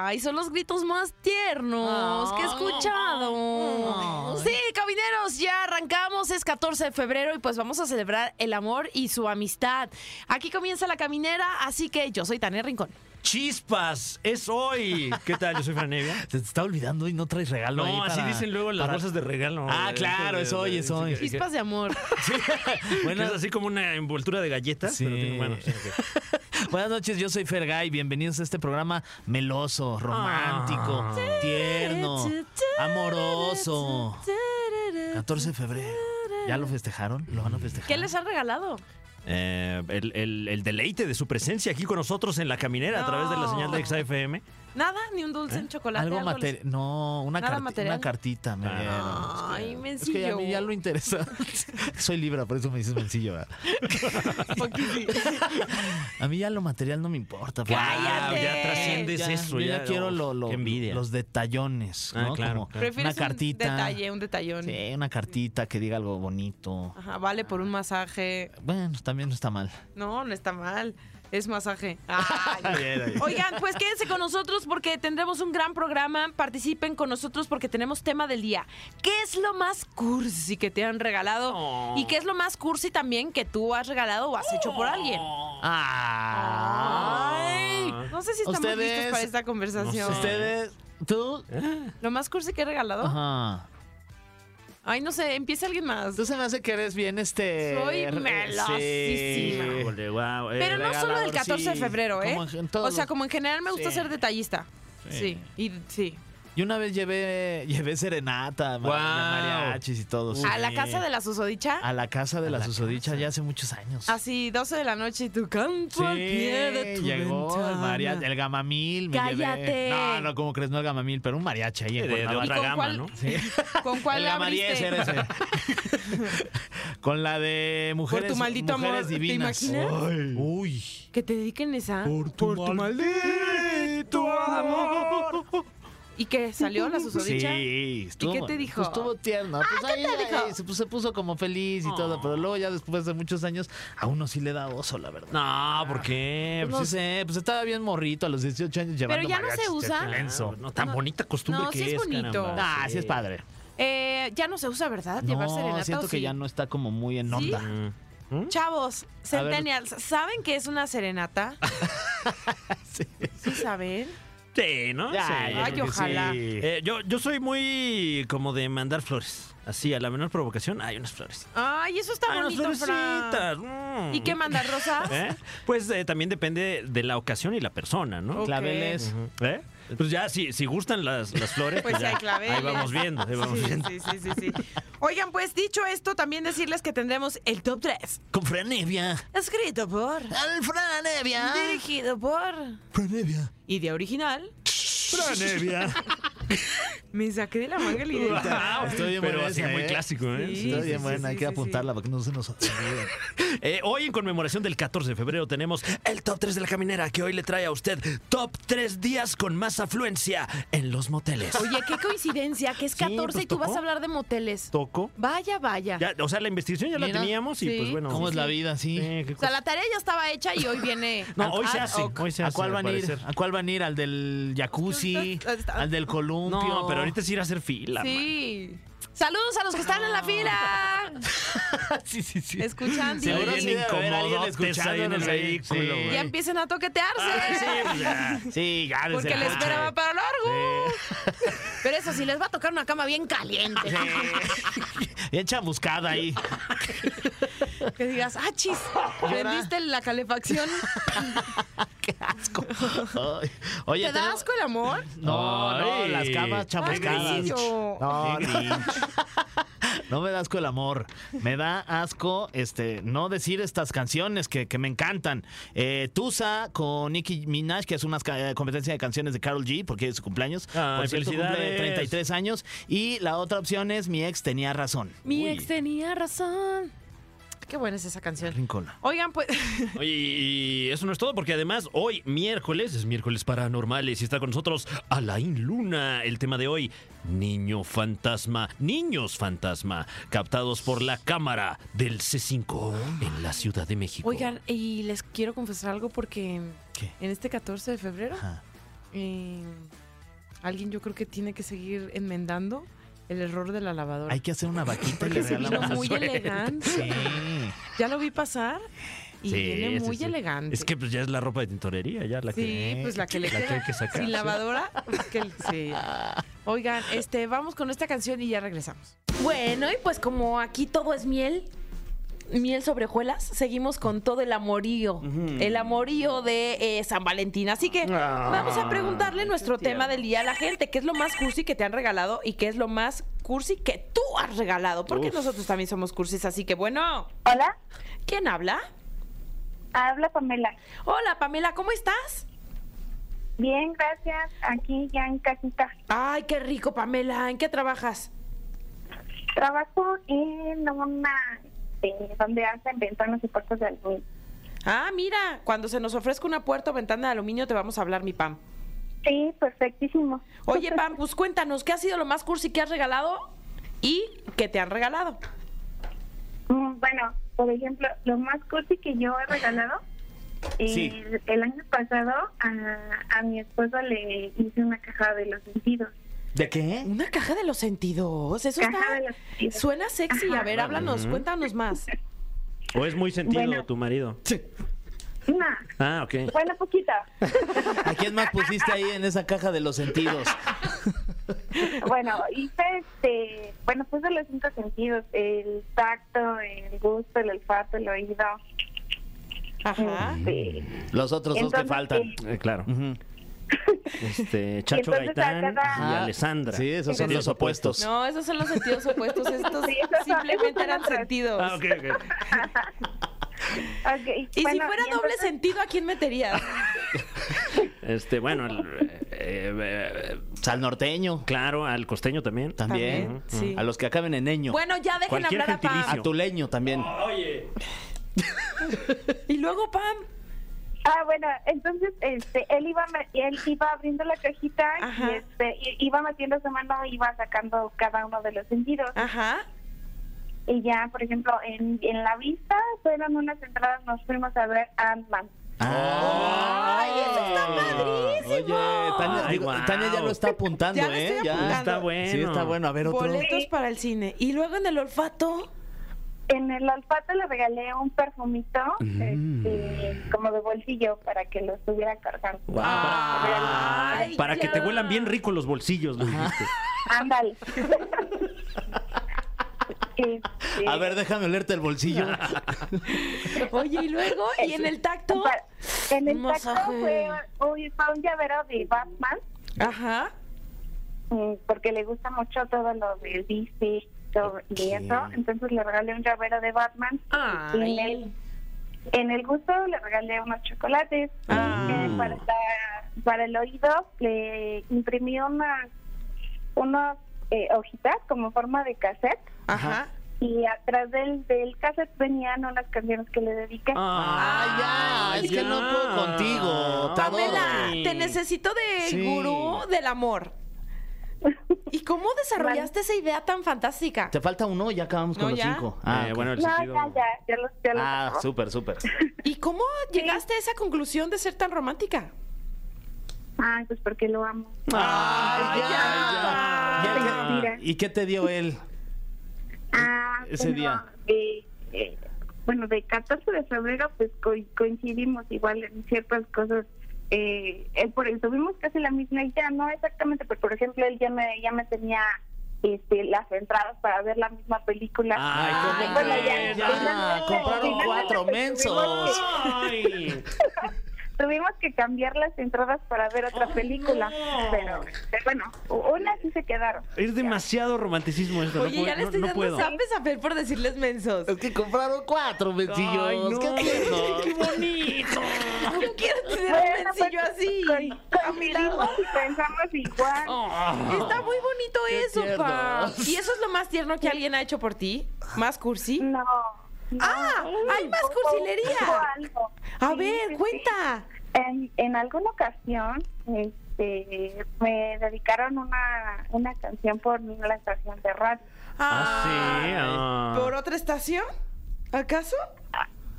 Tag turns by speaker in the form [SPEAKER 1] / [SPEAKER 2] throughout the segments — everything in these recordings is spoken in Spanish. [SPEAKER 1] Ay, son los gritos más tiernos que he escuchado. Sí, cabineros, ya arrancamos. Es 14 de febrero y pues vamos a celebrar el amor y su amistad. Aquí comienza la caminera, así que yo soy Tania Rincón.
[SPEAKER 2] Chispas, es hoy. ¿Qué tal? Yo soy Franevia.
[SPEAKER 3] Se te está olvidando y no traes regalo.
[SPEAKER 2] No,
[SPEAKER 3] ahí
[SPEAKER 2] así
[SPEAKER 3] para-
[SPEAKER 2] dicen luego las
[SPEAKER 3] para-
[SPEAKER 2] bolsas de regalo.
[SPEAKER 3] Ah, claro, es hoy, es hoy.
[SPEAKER 1] Chispas de amor.
[SPEAKER 2] Bueno,
[SPEAKER 3] Bueno.
[SPEAKER 2] es así como una envoltura de galletas,
[SPEAKER 3] Sí.
[SPEAKER 2] pero tiene manos.
[SPEAKER 3] Buenas noches, yo soy Fergay. Bienvenidos a este programa meloso, romántico,
[SPEAKER 2] Ah. Sí.
[SPEAKER 3] tierno, amoroso. 14 de febrero. ¿Ya lo festejaron? ¿Lo van a festejar?
[SPEAKER 1] ¿Qué les han regalado?
[SPEAKER 2] Eh, el, el- el deleite de su presencia aquí con nosotros en la caminera a través de la señal de XFM.
[SPEAKER 1] Nada, ni un dulce en chocolate.
[SPEAKER 3] ¿Eh? Algo
[SPEAKER 1] les-
[SPEAKER 3] material. No, una,
[SPEAKER 1] ¿Nada
[SPEAKER 3] carti-
[SPEAKER 1] material?
[SPEAKER 3] una cartita me
[SPEAKER 2] Ah.
[SPEAKER 3] dieron.
[SPEAKER 1] Ay,
[SPEAKER 3] Es que a
[SPEAKER 1] mencillo.
[SPEAKER 3] mí ya lo interesa. Soy Libra, por eso me dices mencillo. ¿verdad? A mí ya lo material no me importa. Fer.
[SPEAKER 1] Cállate.
[SPEAKER 2] Wow, Ah, ya trasciendes
[SPEAKER 3] Ya,
[SPEAKER 2] eso.
[SPEAKER 3] yo ya, quiero
[SPEAKER 2] uf,
[SPEAKER 3] lo- lo-
[SPEAKER 2] qué envidia.
[SPEAKER 3] los detallones,
[SPEAKER 2] Ah,
[SPEAKER 3] ¿no?
[SPEAKER 2] claro,
[SPEAKER 3] Como
[SPEAKER 2] claro.
[SPEAKER 1] Prefieres
[SPEAKER 3] una cartita.
[SPEAKER 1] un detalle, un detallón. Ah.
[SPEAKER 3] Sí, una cartita que diga algo bonito.
[SPEAKER 1] Ajá, vale por un masaje.
[SPEAKER 3] Bueno, también no está mal.
[SPEAKER 1] No, no está mal. Es masaje. Ay.
[SPEAKER 2] Bien, bien.
[SPEAKER 1] Oigan, pues quédense con nosotros porque tendremos un gran programa. Participen con nosotros porque tenemos tema del día. ¿Qué es lo más cursi que te han regalado?
[SPEAKER 2] Oh.
[SPEAKER 1] ¿Y qué es lo más cursi también que tú has regalado o has hecho por alguien?
[SPEAKER 3] Oh.
[SPEAKER 2] Ah.
[SPEAKER 3] ¡Ay!
[SPEAKER 1] No sé si estamos
[SPEAKER 3] Ustedes-
[SPEAKER 1] listos para esta conversación.
[SPEAKER 2] No sé.
[SPEAKER 3] Ustedes, tú,
[SPEAKER 2] ¿Eh?
[SPEAKER 1] ¿Lo más cursi que he regalado?
[SPEAKER 3] ajá.
[SPEAKER 1] Ay, no sé, empieza alguien más.
[SPEAKER 3] Tú se me hace que eres bien este.
[SPEAKER 1] Soy
[SPEAKER 3] re-
[SPEAKER 1] melosísima.
[SPEAKER 3] sí.
[SPEAKER 2] Híjole, guau, eh,
[SPEAKER 1] Pero no solo del
[SPEAKER 3] regalador,
[SPEAKER 1] 14 de
[SPEAKER 3] sí.
[SPEAKER 1] febrero, ¿eh?
[SPEAKER 3] Como en- en todos
[SPEAKER 1] o sea,
[SPEAKER 3] los-
[SPEAKER 1] como en general me gusta
[SPEAKER 3] Sí.
[SPEAKER 1] ser detallista. Sí.
[SPEAKER 3] Sí.
[SPEAKER 1] Y sí.
[SPEAKER 3] Yo una vez llevé, llevé serenata, mar-
[SPEAKER 2] Guau.
[SPEAKER 3] mariachis y todo. sí.
[SPEAKER 1] A la casa de la susodicha.
[SPEAKER 3] A la casa de la
[SPEAKER 2] la
[SPEAKER 3] susodicha
[SPEAKER 2] casa.
[SPEAKER 3] ya hace muchos años.
[SPEAKER 1] Así, 12 de la noche y tu canto al pie de tu
[SPEAKER 3] llegó el
[SPEAKER 1] ventana.
[SPEAKER 3] mariachi, el gamamil. me llevé.
[SPEAKER 1] ¡Cállate!
[SPEAKER 3] No, no, como crees, no el gamamil, pero un mariachi ahí
[SPEAKER 2] de-
[SPEAKER 3] en
[SPEAKER 2] de
[SPEAKER 3] Cuernavaca.
[SPEAKER 2] otra
[SPEAKER 1] con
[SPEAKER 2] gama,
[SPEAKER 1] cuál-
[SPEAKER 2] ¿no?
[SPEAKER 1] ¿Con cuál
[SPEAKER 3] el
[SPEAKER 1] abriste?
[SPEAKER 3] gamadiez era ese. Con la de mujeres,
[SPEAKER 1] Por tu maldito amor,
[SPEAKER 3] mujeres
[SPEAKER 1] ¿te
[SPEAKER 3] divinas.
[SPEAKER 1] imaginas?
[SPEAKER 3] Ay. Uy.
[SPEAKER 1] Que te dediquen esa.
[SPEAKER 3] Uh. maldito amor.
[SPEAKER 1] ¿Y que salió la susodicha?
[SPEAKER 3] Sí, estuvo,
[SPEAKER 1] qué te dijo?
[SPEAKER 3] pues, estuvo tierno. Pues ahí,
[SPEAKER 1] Ah, te dijo?
[SPEAKER 3] ahí se, puso, se puso como feliz y todo, pero luego ya después de muchos años, a uno sí le da oso, la verdad.
[SPEAKER 2] No, ¿por qué?
[SPEAKER 3] Pues no sé, pues estaba bien morrito a los 18 años llevando
[SPEAKER 1] ya no se
[SPEAKER 3] mariachis,
[SPEAKER 1] usa.
[SPEAKER 3] qué menso.
[SPEAKER 2] No, tan bonita costumbre
[SPEAKER 1] No,
[SPEAKER 2] que
[SPEAKER 1] sí es bonito.
[SPEAKER 2] caramba.
[SPEAKER 3] Ah, sí es padre.
[SPEAKER 1] Eh, ya no se usa, ¿verdad? Llevar
[SPEAKER 3] No,
[SPEAKER 1] serenata
[SPEAKER 3] siento
[SPEAKER 1] o
[SPEAKER 3] que
[SPEAKER 1] sí?
[SPEAKER 3] ya no está como muy en onda.
[SPEAKER 2] Mm.
[SPEAKER 1] Chavos, centennials, ¿saben qué es una serenata? sí. saben?
[SPEAKER 2] Sí, ¿no?
[SPEAKER 3] Ya,
[SPEAKER 2] Sí,
[SPEAKER 3] yo
[SPEAKER 2] yo
[SPEAKER 1] Ay,
[SPEAKER 2] creo que
[SPEAKER 1] ojalá.
[SPEAKER 2] sí. Eh, yo, yo soy muy como de mandar flores. Así, a la menor provocación, hay unas flores.
[SPEAKER 1] Ay, eso está
[SPEAKER 2] Hay unas
[SPEAKER 1] bonito, Fran.
[SPEAKER 2] Ah, florecitas. mm.
[SPEAKER 1] ¿Y qué manda rosas?
[SPEAKER 2] ¿Eh? Pues eh, también depende de la ocasión y la persona, ¿no?
[SPEAKER 1] Ok.
[SPEAKER 3] Claveles.
[SPEAKER 2] ¿Eh? Pues ya, si, si gustan las, las flores,
[SPEAKER 1] Pues
[SPEAKER 2] pues
[SPEAKER 1] sí hay
[SPEAKER 2] ya,
[SPEAKER 1] claveles.
[SPEAKER 2] ahí vamos viendo. Ahí vamos
[SPEAKER 1] Sí,
[SPEAKER 2] viendo.
[SPEAKER 1] sí, sí, sí, sí. Oigan, pues dicho esto, también decirles que tendremos el top 3.
[SPEAKER 3] Con Franevia.
[SPEAKER 1] Escrito por,
[SPEAKER 3] Al Franevia.
[SPEAKER 1] dirigido por,
[SPEAKER 3] Franevia.
[SPEAKER 1] idea original. Me saqué de la manga la idea.
[SPEAKER 2] Guau,
[SPEAKER 3] Estoy bien
[SPEAKER 2] pero
[SPEAKER 3] buena
[SPEAKER 2] así
[SPEAKER 3] esa,
[SPEAKER 2] muy
[SPEAKER 3] ¿eh?
[SPEAKER 2] clásico, ¿eh?
[SPEAKER 1] Sí.
[SPEAKER 3] Está bien,
[SPEAKER 1] sí,
[SPEAKER 3] bueno,
[SPEAKER 1] sí,
[SPEAKER 3] hay
[SPEAKER 1] sí,
[SPEAKER 3] que
[SPEAKER 1] sí.
[SPEAKER 3] apuntarla para que no se nos olvide.
[SPEAKER 2] Eh, hoy en conmemoración del 14 de febrero tenemos el top 3 de la caminera que hoy le trae a usted top 3 días con más afluencia en los moteles.
[SPEAKER 1] Oye, qué coincidencia, que es
[SPEAKER 2] Sí,
[SPEAKER 1] 14 y
[SPEAKER 2] pues,
[SPEAKER 1] tú vas a
[SPEAKER 2] tocó.
[SPEAKER 1] hablar de moteles.
[SPEAKER 2] Toco.
[SPEAKER 1] Vaya, vaya.
[SPEAKER 2] Ya, o sea, la investigación ya la
[SPEAKER 3] Mira,
[SPEAKER 2] teníamos y
[SPEAKER 1] sí.
[SPEAKER 2] pues bueno.
[SPEAKER 3] ¿Cómo es la vida, sí?
[SPEAKER 2] Eh, qué
[SPEAKER 1] O sea,
[SPEAKER 2] cosa.
[SPEAKER 1] la tarea ya estaba hecha y hoy viene.
[SPEAKER 2] No, hoy se
[SPEAKER 1] ad
[SPEAKER 2] hace.
[SPEAKER 1] hoc.
[SPEAKER 2] Hoy se
[SPEAKER 3] ¿A
[SPEAKER 2] hace.
[SPEAKER 3] cuál
[SPEAKER 2] al
[SPEAKER 3] van a ir?
[SPEAKER 2] parecer.
[SPEAKER 3] ¿A cuál van a ir? ¿Al del jacuzzi?
[SPEAKER 1] Está- está-
[SPEAKER 3] ¿Al del
[SPEAKER 2] No,
[SPEAKER 3] columpio?
[SPEAKER 2] pero ahorita es ir a hacer fila.
[SPEAKER 1] Sí. Saludos a los que están en la fila.
[SPEAKER 3] sí, sí, sí.
[SPEAKER 1] Escuchando.
[SPEAKER 2] Se
[SPEAKER 3] Seguro
[SPEAKER 2] oyen
[SPEAKER 3] sí debe haber alguien
[SPEAKER 2] incomodotes ahí en el
[SPEAKER 3] escuchándonos ahí.
[SPEAKER 2] vehículo,
[SPEAKER 3] Sí.
[SPEAKER 2] güey. pues
[SPEAKER 1] Ya empiecen a toquetearse.
[SPEAKER 2] man.
[SPEAKER 3] Sí, ya desde
[SPEAKER 1] Porque
[SPEAKER 3] el
[SPEAKER 1] les
[SPEAKER 3] coche.
[SPEAKER 1] esperaba para largo.
[SPEAKER 3] Sí.
[SPEAKER 1] Pero eso sí, les va a tocar una cama bien caliente.
[SPEAKER 3] Bien chamuscada ahí.
[SPEAKER 1] Que digas, ah, chis, vendiste la calefacción.
[SPEAKER 3] Qué asco. Ay. Oye,
[SPEAKER 1] ¿Te da
[SPEAKER 3] tenemos-
[SPEAKER 1] asco el amor?
[SPEAKER 3] No, no,
[SPEAKER 2] Ay.
[SPEAKER 3] las camas chamuscadas.
[SPEAKER 1] Ay, yo.
[SPEAKER 3] No, no. No me da asco el amor. Me da asco este no decir estas canciones que, que me encantan. Eh, Tusa con Nicki Minaj, que es una ca- eh, competencia de canciones de Carol G, porque es su cumpleaños.
[SPEAKER 2] Ay,
[SPEAKER 3] Por cierto, cumple
[SPEAKER 2] Ah, felicidades.
[SPEAKER 3] 33 años. Y la otra opción es Mi ex tenía razón.
[SPEAKER 1] Mi
[SPEAKER 2] Uy.
[SPEAKER 1] ex tenía razón. Qué buena es esa canción.
[SPEAKER 3] Rincona.
[SPEAKER 1] Oigan, pues.
[SPEAKER 2] Oye, y eso no es todo, porque además hoy, miércoles, es miércoles paranormales y está con nosotros Alain Luna. El tema de hoy, niño fantasma, niños fantasma, captados por la cámara del C5 en la Ciudad de México.
[SPEAKER 1] Oigan, y les quiero confesar algo porque
[SPEAKER 3] ¿Qué?
[SPEAKER 1] en este 14 de febrero
[SPEAKER 3] Ajá.
[SPEAKER 1] eh, alguien yo creo que tiene que seguir enmendando el error de la lavadora.
[SPEAKER 3] Hay que hacer una vaquita y le
[SPEAKER 1] porque se vino
[SPEAKER 3] regalamos.
[SPEAKER 1] muy
[SPEAKER 2] suerte.
[SPEAKER 1] elegante.
[SPEAKER 3] Sí.
[SPEAKER 1] Ya lo vi pasar y
[SPEAKER 2] Sí,
[SPEAKER 1] viene
[SPEAKER 2] sí,
[SPEAKER 1] muy
[SPEAKER 2] sí.
[SPEAKER 1] elegante.
[SPEAKER 2] Es que pues, ya es la ropa de tintorería, ya la que...
[SPEAKER 1] Sí, pues la que le
[SPEAKER 2] la que
[SPEAKER 1] queda
[SPEAKER 2] hay que Ah. sacar.
[SPEAKER 1] sin lavadora. pues que- sí. Oigan, este, vamos con esta canción y ya regresamos. Bueno, y pues como aquí todo es miel, miel sobre hojuelas, seguimos con todo el amorío, el amorío de eh, San Valentín. Así que
[SPEAKER 2] Ah.
[SPEAKER 1] vamos a preguntarle nuestro tema del día a la gente, qué es lo más cursi que te han regalado y qué es lo más cursi que tú has regalado, porque nosotros también somos cursis, así que bueno,
[SPEAKER 4] Hola,
[SPEAKER 1] ¿quién habla?
[SPEAKER 4] habla Pamela.
[SPEAKER 1] Hola Pamela, ¿cómo estás?
[SPEAKER 4] Bien, gracias. Aquí ya en casita.
[SPEAKER 1] Ay, qué rico Pamela, ¿en qué trabajas?
[SPEAKER 4] Trabajo en una eh, donde hacen ventanas y puertas de aluminio.
[SPEAKER 1] Ah, mira, cuando se nos ofrezca una puerta o ventana de aluminio te vamos a hablar, mi Pam.
[SPEAKER 4] Sí, perfectísimo.
[SPEAKER 1] Oye, Pam, pues cuéntanos, ¿qué ha sido lo más cursi que has regalado y que te han regalado?
[SPEAKER 4] Mm, Bueno, por ejemplo, lo más cursi que yo he regalado, eh,
[SPEAKER 3] Sí.
[SPEAKER 4] el año pasado a, a mi esposo le hice una caja de los sentidos.
[SPEAKER 3] ¿De qué?
[SPEAKER 1] Una caja de los sentidos, eso
[SPEAKER 4] Caja
[SPEAKER 1] está...
[SPEAKER 4] de los sentidos.
[SPEAKER 1] Suena sexy, a ver, háblanos, cuéntanos más.
[SPEAKER 2] ¿O es muy sentido
[SPEAKER 4] Bueno.
[SPEAKER 2] tu marido?
[SPEAKER 4] Una,
[SPEAKER 2] Ah, ok.
[SPEAKER 4] bueno, poquita.
[SPEAKER 3] ¿A quién más pusiste ahí en esa caja de los sentidos?
[SPEAKER 4] Bueno, hice este, bueno, puse los cinco sentidos, el tacto, el gusto, el olfato, el oído.
[SPEAKER 1] Ajá.
[SPEAKER 4] este,
[SPEAKER 3] Los otros dos que
[SPEAKER 4] Entonces,
[SPEAKER 3] faltan.
[SPEAKER 4] sí.
[SPEAKER 2] Eh, claro.
[SPEAKER 3] Ujú.
[SPEAKER 2] Este, Chacho
[SPEAKER 4] entonces
[SPEAKER 2] Gaitán
[SPEAKER 4] acá va-
[SPEAKER 2] y
[SPEAKER 3] Ah,
[SPEAKER 2] Alessandra.
[SPEAKER 3] Sí, esos son los
[SPEAKER 2] Sentidos
[SPEAKER 3] opuestos.
[SPEAKER 1] No, esos son los sentidos opuestos, estos
[SPEAKER 4] Sí, esos son- esos
[SPEAKER 1] simplemente
[SPEAKER 4] son
[SPEAKER 1] eran
[SPEAKER 4] otros.
[SPEAKER 1] sentidos.
[SPEAKER 2] Ah, ok, ok.
[SPEAKER 4] Ok,
[SPEAKER 1] Y
[SPEAKER 4] bueno,
[SPEAKER 1] si fuera
[SPEAKER 4] y
[SPEAKER 1] doble
[SPEAKER 4] entonces-
[SPEAKER 1] sentido, ¿a quién meterías?
[SPEAKER 2] Este, bueno, el, eh, eh, eh,
[SPEAKER 3] Sal norteño.
[SPEAKER 2] claro, al costeño también.
[SPEAKER 1] También,
[SPEAKER 3] También.
[SPEAKER 1] sí.
[SPEAKER 3] A los que acaben en ño.
[SPEAKER 1] Bueno, ya dejen
[SPEAKER 2] Cualquier
[SPEAKER 1] hablar a Pam.
[SPEAKER 2] gentilicio.
[SPEAKER 3] A tu leño también.
[SPEAKER 2] Oye.
[SPEAKER 1] Y luego, Pam,
[SPEAKER 4] Ah, bueno, entonces este, él iba me- él iba abriendo la cajita
[SPEAKER 1] Ajá.
[SPEAKER 4] y este, i- iba metiendo su mano, iba sacando cada uno de los sentidos.
[SPEAKER 1] ajá.
[SPEAKER 4] Y ya, por ejemplo, en, en la vista fueron unas entradas, nos fuimos a ver Ant-Man.
[SPEAKER 1] Ah. ¡Ay, eso está padrísimo!
[SPEAKER 3] Oye, Tania,
[SPEAKER 2] Ay,
[SPEAKER 3] digo,
[SPEAKER 2] Ah, guau.
[SPEAKER 3] Tania ya lo está apuntando,
[SPEAKER 1] Ya lo
[SPEAKER 3] ¿eh?
[SPEAKER 1] estoy
[SPEAKER 3] Ya
[SPEAKER 1] apuntando.
[SPEAKER 2] Está bueno.
[SPEAKER 3] Sí, está bueno. A ver, otro.
[SPEAKER 1] Boletos
[SPEAKER 4] Sí.
[SPEAKER 1] para el cine. Y luego en el olfato.
[SPEAKER 4] En el olfato le regalé un perfumito
[SPEAKER 3] Mm.
[SPEAKER 4] este, como de bolsillo para que lo estuviera cargando.
[SPEAKER 2] Wow.
[SPEAKER 1] Ay,
[SPEAKER 2] para que
[SPEAKER 1] ya.
[SPEAKER 2] te huelan bien rico los bolsillos, le dijiste.
[SPEAKER 4] Ándale. Este,
[SPEAKER 3] A ver, déjame olerte Oh, el bolsillo.
[SPEAKER 1] Ah. Oye, y luego, y en el tacto.
[SPEAKER 4] pa- en el
[SPEAKER 1] Un
[SPEAKER 4] tacto
[SPEAKER 1] masaje.
[SPEAKER 4] fue, uy, fue un llavero de Batman.
[SPEAKER 1] Ajá.
[SPEAKER 4] Mm, porque le gusta mucho todo lo del DC todo- y eso. Entonces le regalé un llavero de Batman. Y en, el, en el gusto le regalé unos chocolates.
[SPEAKER 3] Ah.
[SPEAKER 4] Eh, para, la- para el oído le imprimí unas, unas eh, hojitas como forma de cassette.
[SPEAKER 1] Ajá.
[SPEAKER 4] Y atrás del, del cassette venían unas canciones que le dediqué.
[SPEAKER 3] Ah, ya, es que no puedo contigo, te adoro.
[SPEAKER 1] Pamela, te necesito de
[SPEAKER 3] Sí.
[SPEAKER 1] gurú del amor. ¿Y cómo desarrollaste esa idea tan fantástica?
[SPEAKER 3] ¿Te falta uno? Ya acabamos
[SPEAKER 1] No,
[SPEAKER 3] con los
[SPEAKER 1] ya.
[SPEAKER 3] cinco.
[SPEAKER 2] Ah,
[SPEAKER 3] ok.
[SPEAKER 2] bueno, el
[SPEAKER 4] No,
[SPEAKER 2] sentido.
[SPEAKER 4] ya, ya, ya los, ya los
[SPEAKER 3] Ah,
[SPEAKER 4] acabó.
[SPEAKER 3] súper, súper.
[SPEAKER 1] ¿Y cómo llegaste a esa conclusión de ser tan romántica?
[SPEAKER 4] Ay, pues porque lo amo.
[SPEAKER 3] Ah, Ay,
[SPEAKER 1] ya, ya.
[SPEAKER 3] ¿Y él
[SPEAKER 4] Te inspira.
[SPEAKER 3] qué- ¿Y qué te dio él?
[SPEAKER 4] Ah,
[SPEAKER 3] E-, ese día?
[SPEAKER 4] de- eh, bueno, de 14 de febrero, pues co- coincidimos igual en ciertas cosas. Eh, él por eso tuvimos casi la misma idea, no exactamente, pero por ejemplo, él ya me, ya me tenía este, las entradas para ver la misma película. Ah,
[SPEAKER 2] Ay,
[SPEAKER 3] ¿cómo
[SPEAKER 4] Bueno,
[SPEAKER 3] crees?
[SPEAKER 4] ya,
[SPEAKER 3] Ya,
[SPEAKER 4] finalmente-
[SPEAKER 3] compraron
[SPEAKER 4] finalmente,
[SPEAKER 3] cuatro
[SPEAKER 4] pues,
[SPEAKER 3] mensos.
[SPEAKER 2] Ay.
[SPEAKER 4] Tuvimos que cambiar las entradas para ver
[SPEAKER 3] Oh,
[SPEAKER 4] otra película, pero, pero bueno, u- unas sí se quedaron.
[SPEAKER 2] Es demasiado romanticismo esto.
[SPEAKER 1] Oye,
[SPEAKER 2] no puedo,
[SPEAKER 1] ya le
[SPEAKER 2] no-
[SPEAKER 1] estoy
[SPEAKER 2] no
[SPEAKER 1] dando
[SPEAKER 2] puedo.
[SPEAKER 1] zapes a Fer por decirles mensos.
[SPEAKER 3] Es que compraron cuatro mensillos.
[SPEAKER 2] Ay, no,
[SPEAKER 3] ¿Qué tiernos.
[SPEAKER 2] qué bonito.
[SPEAKER 1] No quiero tener un
[SPEAKER 4] Bueno,
[SPEAKER 1] mensillo
[SPEAKER 4] pues,
[SPEAKER 1] así.
[SPEAKER 4] con-
[SPEAKER 1] a mi lado.
[SPEAKER 4] coincidimos y pensamos igual.
[SPEAKER 3] Oh,
[SPEAKER 2] Ah.
[SPEAKER 1] Está muy bonito eso,
[SPEAKER 3] tierno.
[SPEAKER 1] pa. ¿Y eso es lo más tierno que alguien ha hecho por ti? ¿Más cursi?
[SPEAKER 4] No,
[SPEAKER 5] Ah, hay más cursilería. A ver, cuenta.
[SPEAKER 4] En, en alguna ocasión este, me dedicaron una, una canción por la estación de radio.
[SPEAKER 2] Ah, sí,
[SPEAKER 5] Ay,
[SPEAKER 2] ah.
[SPEAKER 1] ¿Por otra estación? ¿Acaso?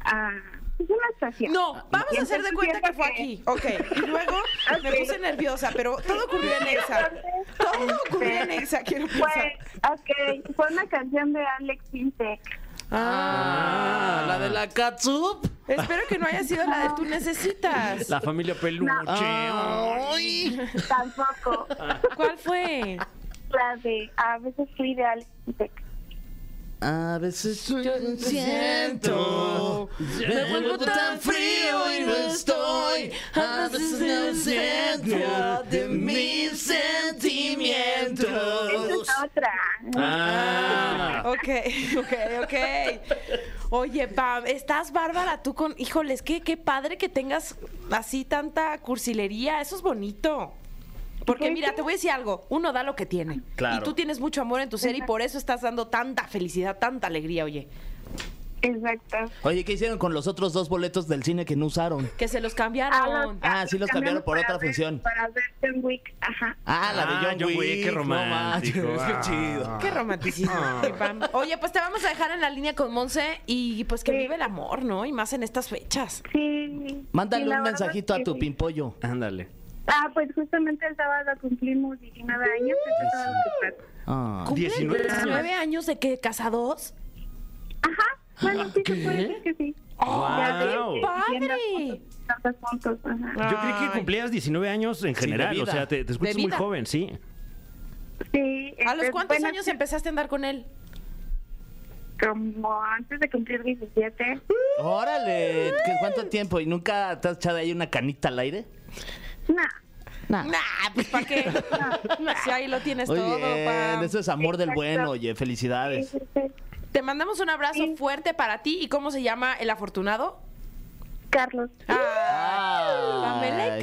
[SPEAKER 4] Ah, es una estación.
[SPEAKER 5] No, vamos a
[SPEAKER 4] Y
[SPEAKER 5] hacer de
[SPEAKER 4] entonces
[SPEAKER 5] cuenta que
[SPEAKER 4] siento
[SPEAKER 5] fue aquí.
[SPEAKER 1] Ok, y luego me
[SPEAKER 4] Ok.
[SPEAKER 1] puse nerviosa, pero todo ocurrió en Exa.
[SPEAKER 4] Entonces,
[SPEAKER 1] Todo ocurrió en
[SPEAKER 4] este,
[SPEAKER 1] Exa, quiero pensar.
[SPEAKER 4] Fue, ok, fue una canción de Alex Intec.
[SPEAKER 1] Ah,
[SPEAKER 2] la de la
[SPEAKER 3] Katsup.
[SPEAKER 1] espero que no haya sido la de tú necesitas.
[SPEAKER 2] La familia Peluche.
[SPEAKER 3] Ah.
[SPEAKER 4] Tampoco.
[SPEAKER 5] ¿Cuál fue?
[SPEAKER 4] La de A veces fui de Alex Intec.
[SPEAKER 3] A veces yo
[SPEAKER 2] siento, me vuelvo tan frío y no estoy.
[SPEAKER 3] Ah,
[SPEAKER 5] A veces me
[SPEAKER 3] siento de mis
[SPEAKER 4] Esa es
[SPEAKER 3] sentimientos.
[SPEAKER 4] otra.
[SPEAKER 2] Ah.
[SPEAKER 1] Ok, ok, ok. Oye, Pam, estás bárbara tú con. Híjoles, qué, qué padre que tengas así tanta cursilería. Eso es bonito. Porque mira, te voy a decir algo. Uno da lo que tiene.
[SPEAKER 2] Claro.
[SPEAKER 1] Y tú tienes mucho amor en tu ser y por eso estás dando tanta felicidad, tanta alegría, oye.
[SPEAKER 4] Exacto.
[SPEAKER 3] Oye, ¿qué hicieron con los otros dos boletos del cine que no usaron?
[SPEAKER 1] Que se los
[SPEAKER 4] Ah,
[SPEAKER 1] cambiaron.
[SPEAKER 4] los-
[SPEAKER 3] Ah, sí los cambiaron por
[SPEAKER 4] para
[SPEAKER 3] otra
[SPEAKER 4] ver-
[SPEAKER 3] función.
[SPEAKER 4] Para ver John Wick, ajá.
[SPEAKER 3] Ah, la de
[SPEAKER 2] Ah,
[SPEAKER 3] John,
[SPEAKER 2] John Wick, qué
[SPEAKER 3] no
[SPEAKER 2] romántico.
[SPEAKER 3] manches,
[SPEAKER 2] Ah.
[SPEAKER 3] qué chido.
[SPEAKER 1] Qué romanticismo. mi Pam. Oye, pues te vamos a dejar en la línea con Monse y pues que
[SPEAKER 4] Sí.
[SPEAKER 1] vive el amor, ¿no? Y más en estas fechas.
[SPEAKER 4] Sí.
[SPEAKER 3] Mándale
[SPEAKER 4] sí, la
[SPEAKER 3] un
[SPEAKER 4] verdad
[SPEAKER 3] mensajito
[SPEAKER 4] es
[SPEAKER 3] a
[SPEAKER 4] que
[SPEAKER 3] tu
[SPEAKER 4] sí.
[SPEAKER 3] pimpollo.
[SPEAKER 2] Ándale.
[SPEAKER 4] Ah, pues justamente el sábado cumplimos 19 años. eso es todo lo que pasa.
[SPEAKER 3] Ah.
[SPEAKER 1] ¿Cumple
[SPEAKER 2] 19 años.
[SPEAKER 1] 19 años de que casados?
[SPEAKER 4] Ajá. Bueno, sí, se puede decir que sí. Ya de-
[SPEAKER 2] Wow.
[SPEAKER 4] de-
[SPEAKER 1] ¡Padre!
[SPEAKER 4] viendo fotos, tantos puntos, ajá.
[SPEAKER 2] Yo creí que cumplías 19 años en
[SPEAKER 3] Sí, de
[SPEAKER 2] general, o
[SPEAKER 3] vida.
[SPEAKER 2] sea, te, te escuchas
[SPEAKER 1] De
[SPEAKER 2] muy
[SPEAKER 1] vida.
[SPEAKER 2] joven, sí.
[SPEAKER 4] Sí.
[SPEAKER 1] ¿A los
[SPEAKER 4] este,
[SPEAKER 1] cuántos
[SPEAKER 4] bueno,
[SPEAKER 1] años empezaste a andar con él?
[SPEAKER 4] Como antes de cumplir 17.
[SPEAKER 3] Órale, ¿qué- ¿cuánto tiempo? ¿Y nunca te has echado ahí una canita al aire?
[SPEAKER 4] Nah.
[SPEAKER 1] Nah, pues ¿para qué? si ahí lo tienes
[SPEAKER 3] Oye,
[SPEAKER 1] todo, Pam.
[SPEAKER 3] eso es amor del
[SPEAKER 4] Exacto.
[SPEAKER 3] bueno, oye, felicidades.
[SPEAKER 4] Sí, sí, sí.
[SPEAKER 1] Te mandamos un abrazo
[SPEAKER 4] Sí.
[SPEAKER 1] fuerte para ti. ¿Y cómo se llama el afortunado?
[SPEAKER 4] Carlos.
[SPEAKER 1] Ah, Pamela y
[SPEAKER 3] Ay.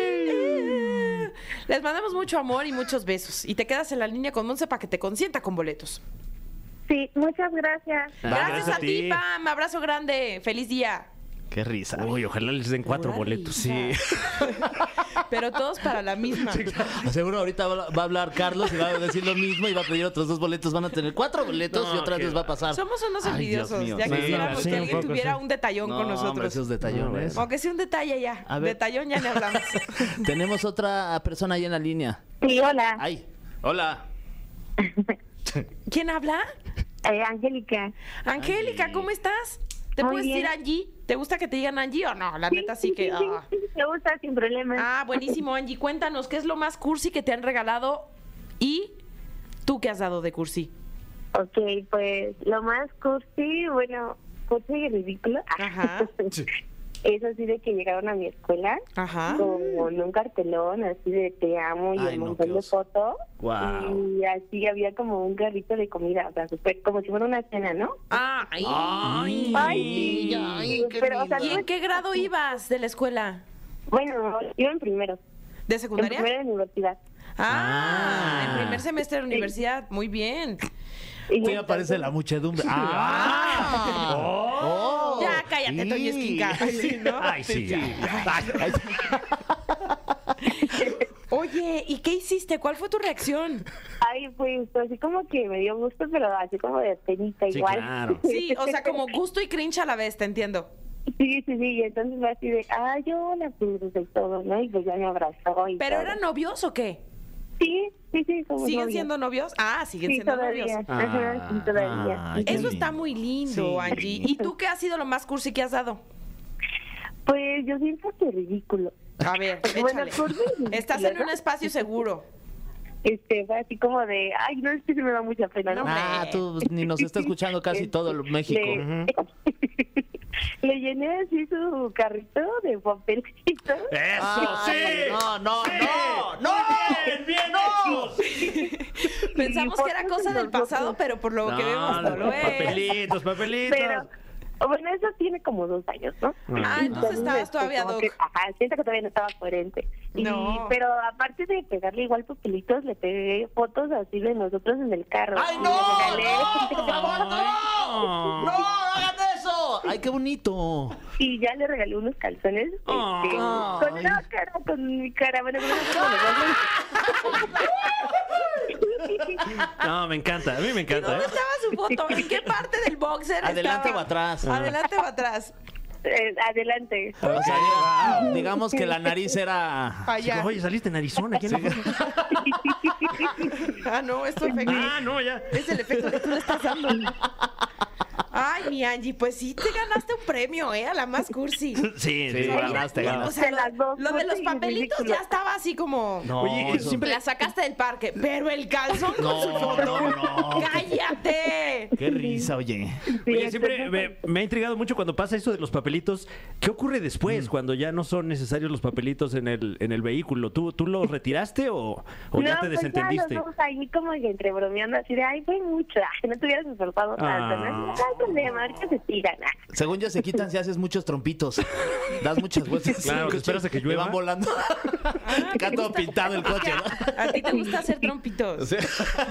[SPEAKER 1] Carlos. Les mandamos mucho amor y muchos besos. Y te quedas en la línea con Monse para que te consienta con boletos.
[SPEAKER 4] Sí, muchas gracias.
[SPEAKER 2] Ah,
[SPEAKER 1] gracias,
[SPEAKER 2] gracias
[SPEAKER 1] a
[SPEAKER 2] a
[SPEAKER 1] ti,
[SPEAKER 2] ti.
[SPEAKER 1] Pam. Abrazo grande. Feliz día.
[SPEAKER 3] Qué risa.
[SPEAKER 2] Uy, ojalá les den cuatro
[SPEAKER 1] Órale,
[SPEAKER 2] boletos, sí.
[SPEAKER 1] Pero todos para la misma.
[SPEAKER 3] Seguro ahorita va va a hablar Carlos y va a decir lo mismo y va a pedir otros dos boletos. Van a tener cuatro boletos y
[SPEAKER 2] No,
[SPEAKER 3] otra
[SPEAKER 2] qué
[SPEAKER 3] vez les va a pasar.
[SPEAKER 1] Somos unos
[SPEAKER 3] Ay, Dios
[SPEAKER 1] envidiosos.
[SPEAKER 3] mío.
[SPEAKER 1] ya
[SPEAKER 3] Sí,
[SPEAKER 1] quisiéramos
[SPEAKER 2] sí,
[SPEAKER 1] que
[SPEAKER 2] un
[SPEAKER 1] alguien
[SPEAKER 2] poco,
[SPEAKER 1] tuviera
[SPEAKER 2] sí.
[SPEAKER 1] un detallón
[SPEAKER 3] No,
[SPEAKER 1] con
[SPEAKER 3] hombre,
[SPEAKER 1] nosotros.
[SPEAKER 3] esos detallones.
[SPEAKER 1] Aunque sea un detalle ya.
[SPEAKER 3] A ver.
[SPEAKER 1] Detallón ya ni hablamos.
[SPEAKER 3] Tenemos otra persona ahí en la línea.
[SPEAKER 4] Sí, hola.
[SPEAKER 3] Ay. Hola.
[SPEAKER 1] ¿Quién habla?
[SPEAKER 4] Eh, Angélica.
[SPEAKER 1] Angélica, ¿cómo estás? ¿Te
[SPEAKER 4] Muy
[SPEAKER 1] puedes decir
[SPEAKER 4] bien.
[SPEAKER 1] Angie? ¿Te gusta que te digan Angie o no? La neta sí que.
[SPEAKER 4] sí,
[SPEAKER 1] ah.
[SPEAKER 4] sí, me gusta sin problema.
[SPEAKER 1] Ah, buenísimo, Angie. Cuéntanos, ¿qué es lo más cursi que te han regalado y tú qué has dado de cursi?
[SPEAKER 4] Ok, pues lo más cursi, bueno, cursi y ridículo.
[SPEAKER 1] Ajá.
[SPEAKER 4] Es así de que llegaron a mi escuela
[SPEAKER 1] Ajá.
[SPEAKER 4] con un cartelón así de te amo y
[SPEAKER 3] Ay,
[SPEAKER 4] un
[SPEAKER 3] no,
[SPEAKER 4] montón
[SPEAKER 3] qué
[SPEAKER 4] de
[SPEAKER 3] oso.
[SPEAKER 4] fotos.
[SPEAKER 3] Guau.
[SPEAKER 4] Y así había como un carrito de comida, o sea, súper- como si fuera una cena, ¿no?
[SPEAKER 1] Ah, ay.
[SPEAKER 2] Ay.
[SPEAKER 4] Ay, sí. Pero, o sea,
[SPEAKER 1] ¿Y
[SPEAKER 4] no-
[SPEAKER 1] en qué grado ibas de la escuela?
[SPEAKER 4] Bueno, iba en primero.
[SPEAKER 1] ¿De
[SPEAKER 4] En
[SPEAKER 1] secundaria?
[SPEAKER 4] primero de universidad.
[SPEAKER 1] Ah,
[SPEAKER 3] Ah.
[SPEAKER 1] en primer semestre de la universidad. Muy bien.
[SPEAKER 4] Y
[SPEAKER 3] Sí, aparece la muchedumbre. ¡Ah! ¡Oh!
[SPEAKER 1] Ya, cállate, Toño Esquinca. Ay, sí, ¿no?
[SPEAKER 2] Ay, sí, ya.
[SPEAKER 3] Ay,
[SPEAKER 1] Oye, ¿y qué hiciste? ¿Cuál fue tu reacción?
[SPEAKER 4] Ay, pues así como que me dio gusto, pero así como de penita
[SPEAKER 2] Sí,
[SPEAKER 4] igual.
[SPEAKER 2] claro.
[SPEAKER 1] Sí, o sea, como gusto y cringe a la vez, te entiendo.
[SPEAKER 4] Sí, sí, sí, y entonces fue así de, ah, yo la puse y todo, ¿no? Y pues ya me abrazó y
[SPEAKER 1] ¿Pero
[SPEAKER 4] todo.
[SPEAKER 1] eran novios o qué?
[SPEAKER 4] Sí, sí, sí, como
[SPEAKER 1] ¿Siguen
[SPEAKER 4] novios.
[SPEAKER 1] siendo novios? Ah, siguen
[SPEAKER 4] Sí,
[SPEAKER 1] siendo
[SPEAKER 4] todavía.
[SPEAKER 1] novios.
[SPEAKER 4] Ajá, sí,
[SPEAKER 2] Ah,
[SPEAKER 4] todavía.
[SPEAKER 3] ay, qué
[SPEAKER 1] Eso
[SPEAKER 3] lindo.
[SPEAKER 1] está muy lindo,
[SPEAKER 3] Sí.
[SPEAKER 1] Angie. ¿Y tú qué has sido lo más cursi que has dado?
[SPEAKER 4] Pues yo siento que es ridículo.
[SPEAKER 1] A ver,
[SPEAKER 4] Bueno,
[SPEAKER 1] échale.
[SPEAKER 4] cursi y
[SPEAKER 1] Estás en
[SPEAKER 4] ridículo,
[SPEAKER 1] un
[SPEAKER 4] ¿no?
[SPEAKER 1] espacio seguro.
[SPEAKER 4] Este, fue así como de, ay, no, es que se me da mucha pena, ¿no? Este,
[SPEAKER 3] Ah, tú ni nos está escuchando casi todo el México.
[SPEAKER 4] Le, le llené así su carrito de papelitos.
[SPEAKER 2] ¡Eso,
[SPEAKER 3] Ay,
[SPEAKER 2] sí!
[SPEAKER 3] No, no, no, no.
[SPEAKER 2] ¡Bien, bien hecho!
[SPEAKER 1] Pensamos que era cosa del pasado, pero por lo que
[SPEAKER 2] No,
[SPEAKER 1] vemos no lo es.
[SPEAKER 2] papelitos, papelitos.
[SPEAKER 4] Pero, O bueno, eso tiene como dos años, ¿no?
[SPEAKER 1] Ah, entonces estabas
[SPEAKER 4] este,
[SPEAKER 1] todavía,
[SPEAKER 4] como
[SPEAKER 1] Doc.
[SPEAKER 4] que, Ajá, siento que todavía no estaba coherente. Y-
[SPEAKER 1] No.
[SPEAKER 4] Pero aparte de pegarle igual papelitos, le pegué fotos así de nosotros en el carro.
[SPEAKER 3] ¡Ay,
[SPEAKER 4] Y
[SPEAKER 3] no!
[SPEAKER 4] le regalé-
[SPEAKER 3] ¡No, por favor, no! ¡No, no hagan eso! ¡Ay, qué bonito!
[SPEAKER 4] Y ya le regalé unos calzones este,
[SPEAKER 1] Ay.
[SPEAKER 4] con una cara, con mi cara. Bueno, con una cara.
[SPEAKER 2] No, me encanta, a mí me
[SPEAKER 1] ¿Y
[SPEAKER 2] encanta.
[SPEAKER 1] dónde
[SPEAKER 2] ¿eh?
[SPEAKER 1] estaba su foto? ¿En qué parte del boxer
[SPEAKER 3] ¿Adelante
[SPEAKER 1] estaba?
[SPEAKER 3] o atrás?
[SPEAKER 1] Adelante o atrás.
[SPEAKER 4] Eh, Adelante.
[SPEAKER 3] O sea, ah, digamos que la nariz era...
[SPEAKER 1] Allá.
[SPEAKER 2] Digo, Oye, saliste en Arizona. ¿quién la-
[SPEAKER 1] Ah, no, esto efecto.
[SPEAKER 2] Ah, no, ya.
[SPEAKER 1] Es el efecto que tú le estás dando. Ay, mi Angie, pues sí te ganaste un premio, ¿eh? A la más cursi.
[SPEAKER 2] Sí,
[SPEAKER 3] Sí,
[SPEAKER 2] sí,
[SPEAKER 1] Oye,
[SPEAKER 3] ganaste,
[SPEAKER 1] mira,
[SPEAKER 3] ganaste.
[SPEAKER 1] O sea,
[SPEAKER 4] De las
[SPEAKER 1] lo,
[SPEAKER 4] dos,
[SPEAKER 1] lo de los
[SPEAKER 4] sí,
[SPEAKER 1] papelitos
[SPEAKER 4] ridículo.
[SPEAKER 1] ya estaba así como.
[SPEAKER 3] No,
[SPEAKER 2] Oye,
[SPEAKER 3] eso-
[SPEAKER 2] siempre-
[SPEAKER 1] La sacaste del parque, pero el calzón con
[SPEAKER 3] No,
[SPEAKER 1] su foto.
[SPEAKER 3] no, no.
[SPEAKER 1] ¡Cállate!
[SPEAKER 3] Qué risa, oye.
[SPEAKER 4] Sí,
[SPEAKER 2] Oye, siempre
[SPEAKER 4] entonces,
[SPEAKER 2] me, me ha intrigado mucho cuando pasa eso de los papelitos. ¿Qué ocurre después cuando ya no son necesarios los papelitos en el, en el vehículo? ¿Tú, tú los retiraste o, o ya te
[SPEAKER 4] pues
[SPEAKER 2] desentendiste?
[SPEAKER 4] los dos ahí como que entre bromeando, así de, ay, fue mucho, ah, que no te hubieras esforzado tanto, ¿no?
[SPEAKER 2] Ah.
[SPEAKER 4] No pues, hay problema, ahorita se tiran. ah.
[SPEAKER 3] Según yo, se quitan si haces muchos trompitos. Das muchas vueltas.
[SPEAKER 2] Claro,
[SPEAKER 3] El
[SPEAKER 2] te esperas a que
[SPEAKER 3] y
[SPEAKER 2] llueva.
[SPEAKER 3] van volando.
[SPEAKER 1] Ah,
[SPEAKER 3] Acá
[SPEAKER 1] ¿te
[SPEAKER 3] todo
[SPEAKER 1] gusta?
[SPEAKER 3] pintado el coche, ¿no?
[SPEAKER 1] A ti te gusta hacer trompitos.
[SPEAKER 3] Sí.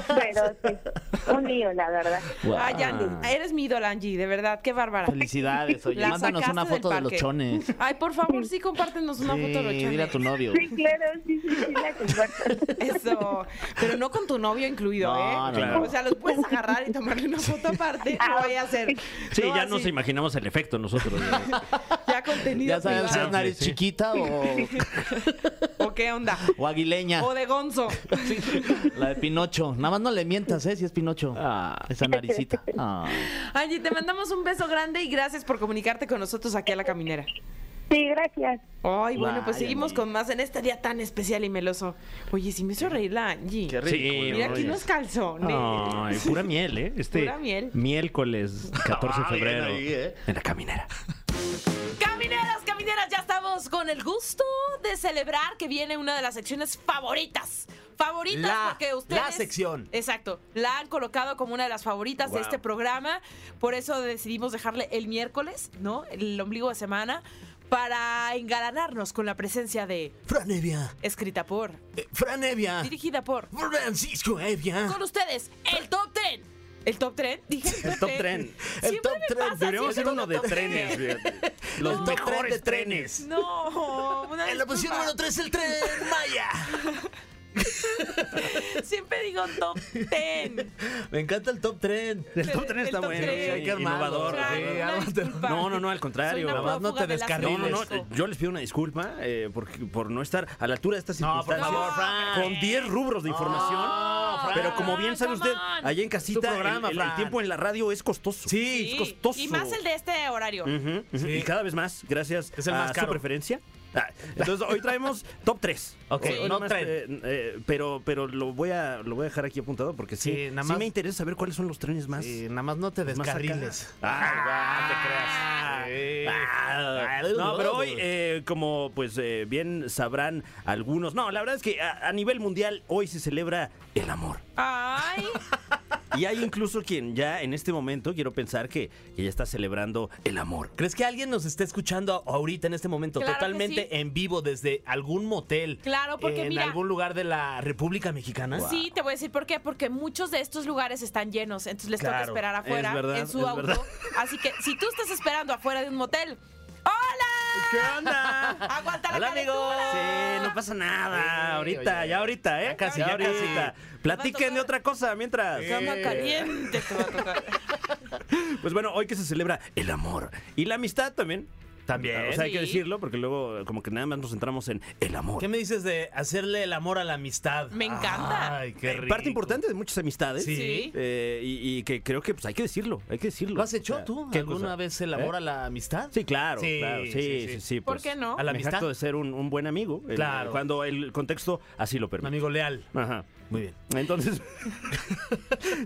[SPEAKER 4] Pero sí, un lío, la verdad.
[SPEAKER 1] Ay, Angie, eres mi ídol, Angie, de verdad, qué bárbara.
[SPEAKER 3] Felicidades, oye.
[SPEAKER 1] La
[SPEAKER 3] Mándanos
[SPEAKER 1] sacaste
[SPEAKER 3] una
[SPEAKER 1] del
[SPEAKER 3] foto de los
[SPEAKER 1] parque.
[SPEAKER 3] chones.
[SPEAKER 1] Ay, por favor, sí, compártenos una foto de los
[SPEAKER 3] Sí, dile a tu
[SPEAKER 1] chones.
[SPEAKER 3] novio.
[SPEAKER 4] Sí, claro, sí, sí, sí, la comparto.
[SPEAKER 1] Eso. Pero no con tu novio incluido,
[SPEAKER 3] No,
[SPEAKER 1] ¿eh?
[SPEAKER 3] no,
[SPEAKER 2] Claro. no.
[SPEAKER 1] O sea, los puedes agarrar y tomarle una foto aparte. No voy a hacer.
[SPEAKER 2] Sí, ya nos
[SPEAKER 1] así,
[SPEAKER 2] imaginamos el efecto nosotros. ¿no?
[SPEAKER 1] Ya contenido.
[SPEAKER 3] Ya sabes si es
[SPEAKER 1] privado.
[SPEAKER 3] nariz
[SPEAKER 2] Sí.
[SPEAKER 3] chiquita o,
[SPEAKER 1] ¿O qué onda?
[SPEAKER 3] o aguileña.
[SPEAKER 1] O de Gonzo.
[SPEAKER 3] La de Pinocho. Nada más no le mientas, ¿eh? Si es Pinocho.
[SPEAKER 2] Ah,
[SPEAKER 3] Esa naricita. Ah.
[SPEAKER 1] Angie, te mandamos un beso grande y gracias por comunicarte con nosotros aquí a la caminera.
[SPEAKER 4] Sí, gracias.
[SPEAKER 1] Ay, bueno, pues
[SPEAKER 3] Vaya,
[SPEAKER 1] seguimos
[SPEAKER 3] Angie.
[SPEAKER 1] con más en este día tan especial y meloso. Oye, sí me hizo reír la Angie.
[SPEAKER 3] Qué rico.
[SPEAKER 2] Sí,
[SPEAKER 1] Mira aquí
[SPEAKER 2] oye.
[SPEAKER 1] unos calzones.
[SPEAKER 2] Ay, pura miel, ¿eh? Este
[SPEAKER 1] Pura miel.
[SPEAKER 2] Miércoles 14 de
[SPEAKER 3] Ah, bien
[SPEAKER 2] febrero.
[SPEAKER 3] ahí, ¿eh?
[SPEAKER 2] En la caminera.
[SPEAKER 1] Camineras, camineras, ya estamos con el gusto de celebrar que viene una de las secciones favoritas. Favoritas
[SPEAKER 3] La-
[SPEAKER 1] porque ustedes.
[SPEAKER 3] la sección.
[SPEAKER 1] Exacto. La han colocado como una de las favoritas de
[SPEAKER 3] Wow.
[SPEAKER 1] este programa. Por eso decidimos dejarle el miércoles, ¿no? El ombligo de semana. Para engalanarnos con la presencia de.
[SPEAKER 3] Fran Evia.
[SPEAKER 1] Escrita por.
[SPEAKER 3] Eh, Fran Evia.
[SPEAKER 1] Dirigida por.
[SPEAKER 3] Francisco Evia.
[SPEAKER 1] Con ustedes, el top 10. ¿El top 10? Dije.
[SPEAKER 2] El top 10.
[SPEAKER 3] El
[SPEAKER 1] Siempre
[SPEAKER 3] top
[SPEAKER 1] me
[SPEAKER 3] 10.
[SPEAKER 1] pasa,
[SPEAKER 2] Deberíamos
[SPEAKER 1] siempre
[SPEAKER 2] hacer uno
[SPEAKER 1] un
[SPEAKER 2] de
[SPEAKER 1] top 10.
[SPEAKER 2] trenes. fíjate. Los
[SPEAKER 3] El top
[SPEAKER 2] mejores
[SPEAKER 3] tren de
[SPEAKER 2] trenes.
[SPEAKER 3] trenes.
[SPEAKER 1] No. una
[SPEAKER 3] En la posición
[SPEAKER 1] disculpa.
[SPEAKER 3] número 3, el tren Maya.
[SPEAKER 1] Siempre digo top ten.
[SPEAKER 3] Me encanta el top tren.
[SPEAKER 2] El top 3
[SPEAKER 1] El
[SPEAKER 2] está
[SPEAKER 1] top
[SPEAKER 2] bueno.
[SPEAKER 1] tren.
[SPEAKER 2] sí,
[SPEAKER 3] Hay que armarlo.
[SPEAKER 2] innovador.
[SPEAKER 3] Fran,
[SPEAKER 2] sí.
[SPEAKER 3] una
[SPEAKER 1] disculpa.
[SPEAKER 2] No, no, no, al contrario.
[SPEAKER 1] Soy una
[SPEAKER 3] Nada más no
[SPEAKER 1] prófuga
[SPEAKER 3] te
[SPEAKER 1] de las
[SPEAKER 2] No,
[SPEAKER 3] descarriles.
[SPEAKER 2] no, no.
[SPEAKER 1] drogas.
[SPEAKER 2] Yo les pido una disculpa eh, por, por no estar a la altura de estas
[SPEAKER 3] No, por
[SPEAKER 2] circunstancias.
[SPEAKER 3] favor, Fran.
[SPEAKER 2] Con 10 rubros de información.
[SPEAKER 3] No, Fran.
[SPEAKER 2] pero como bien sabe
[SPEAKER 1] Come
[SPEAKER 2] usted,
[SPEAKER 1] on.
[SPEAKER 2] allá en
[SPEAKER 3] Tu
[SPEAKER 2] casita,
[SPEAKER 3] programa,
[SPEAKER 2] el, el- el
[SPEAKER 3] Fran.
[SPEAKER 2] tiempo en la radio es costoso.
[SPEAKER 3] Sí.
[SPEAKER 1] Sí,
[SPEAKER 2] es costoso.
[SPEAKER 1] Y más el de este horario.
[SPEAKER 2] Ujú, ujú.
[SPEAKER 3] Sí.
[SPEAKER 2] Y cada vez más, gracias
[SPEAKER 3] Es el más
[SPEAKER 2] a
[SPEAKER 3] caro.
[SPEAKER 2] su preferencia. Ah, Entonces, hoy traemos top 3.
[SPEAKER 3] Ok, no tren.
[SPEAKER 2] eh, pero pero lo, voy a, lo voy a dejar aquí apuntado porque sí,
[SPEAKER 3] Sí,
[SPEAKER 2] sí,
[SPEAKER 3] nada más-
[SPEAKER 2] me interesa saber cuáles son los trenes más.
[SPEAKER 3] Sí, Ah, nada más no te
[SPEAKER 2] más acá.
[SPEAKER 3] descarriles.
[SPEAKER 2] Ah,
[SPEAKER 3] te
[SPEAKER 2] Ah. No, pero hoy, eh, como pues eh, bien sabrán algunos, no, la verdad es que a, a nivel mundial hoy se celebra el amor.
[SPEAKER 1] Ay,
[SPEAKER 2] Y hay incluso quien ya en este momento quiero pensar que, que ya está celebrando el amor.
[SPEAKER 3] ¿Crees que alguien nos está escuchando ahorita en este momento
[SPEAKER 1] Claro que
[SPEAKER 3] totalmente
[SPEAKER 1] sí.
[SPEAKER 3] en vivo desde algún motel?
[SPEAKER 1] Claro, porque
[SPEAKER 3] en
[SPEAKER 1] mira-
[SPEAKER 3] algún lugar de la República Mexicana.
[SPEAKER 1] sí, te voy a decir por qué. Porque muchos de estos lugares están llenos. Entonces les toca
[SPEAKER 3] Claro,
[SPEAKER 1] esperar afuera
[SPEAKER 2] es verdad,
[SPEAKER 1] en su
[SPEAKER 2] es
[SPEAKER 1] auto.
[SPEAKER 2] verdad.
[SPEAKER 1] Así que si tú estás esperando afuera de un motel, ¡hola!
[SPEAKER 2] ¿Qué onda?
[SPEAKER 1] ¡Aguanta la
[SPEAKER 2] Hola, amigos.
[SPEAKER 1] calentura!
[SPEAKER 2] Sí, no pasa nada.
[SPEAKER 3] Sí,
[SPEAKER 2] ahorita,
[SPEAKER 3] oye.
[SPEAKER 2] ya ahorita, ¿eh?
[SPEAKER 3] casi,
[SPEAKER 2] ya,
[SPEAKER 3] ya casi.
[SPEAKER 2] ahorita.
[SPEAKER 1] Nos va a
[SPEAKER 2] Platiquen
[SPEAKER 1] tocar.
[SPEAKER 2] de otra cosa mientras.
[SPEAKER 1] Cama caliente te va a tocar.
[SPEAKER 2] Pues bueno, hoy que se celebra el amor y la amistad también.
[SPEAKER 3] También.
[SPEAKER 2] O sea, hay que
[SPEAKER 1] Sí.
[SPEAKER 2] decirlo porque luego como que nada más nos centramos en el amor.
[SPEAKER 3] ¿Qué me dices de hacerle el amor a la amistad?
[SPEAKER 1] Me encanta.
[SPEAKER 3] Ay, qué rico.
[SPEAKER 2] Parte importante de muchas amistades.
[SPEAKER 3] Sí.
[SPEAKER 1] Sí.
[SPEAKER 2] Eh, y, y que creo que pues hay que decirlo, hay que decirlo.
[SPEAKER 3] ¿Lo has hecho
[SPEAKER 2] O sea,
[SPEAKER 3] tú
[SPEAKER 2] ¿qué
[SPEAKER 3] alguna
[SPEAKER 2] cosa?
[SPEAKER 3] vez el amor
[SPEAKER 2] ¿Eh?
[SPEAKER 3] a la amistad?
[SPEAKER 2] Sí, claro,
[SPEAKER 3] Sí,
[SPEAKER 2] claro, sí,
[SPEAKER 3] sí,
[SPEAKER 2] sí,
[SPEAKER 3] sí.
[SPEAKER 2] sí,
[SPEAKER 1] ¿Por
[SPEAKER 2] pues,
[SPEAKER 1] qué no?
[SPEAKER 3] ¿A la
[SPEAKER 2] me
[SPEAKER 3] amistad?
[SPEAKER 2] jacto de ser un, un buen amigo. el-
[SPEAKER 3] Claro.
[SPEAKER 2] cuando el contexto así lo
[SPEAKER 3] Un
[SPEAKER 2] permite.
[SPEAKER 3] amigo leal.
[SPEAKER 2] Ajá.
[SPEAKER 3] Muy bien.
[SPEAKER 2] Entonces,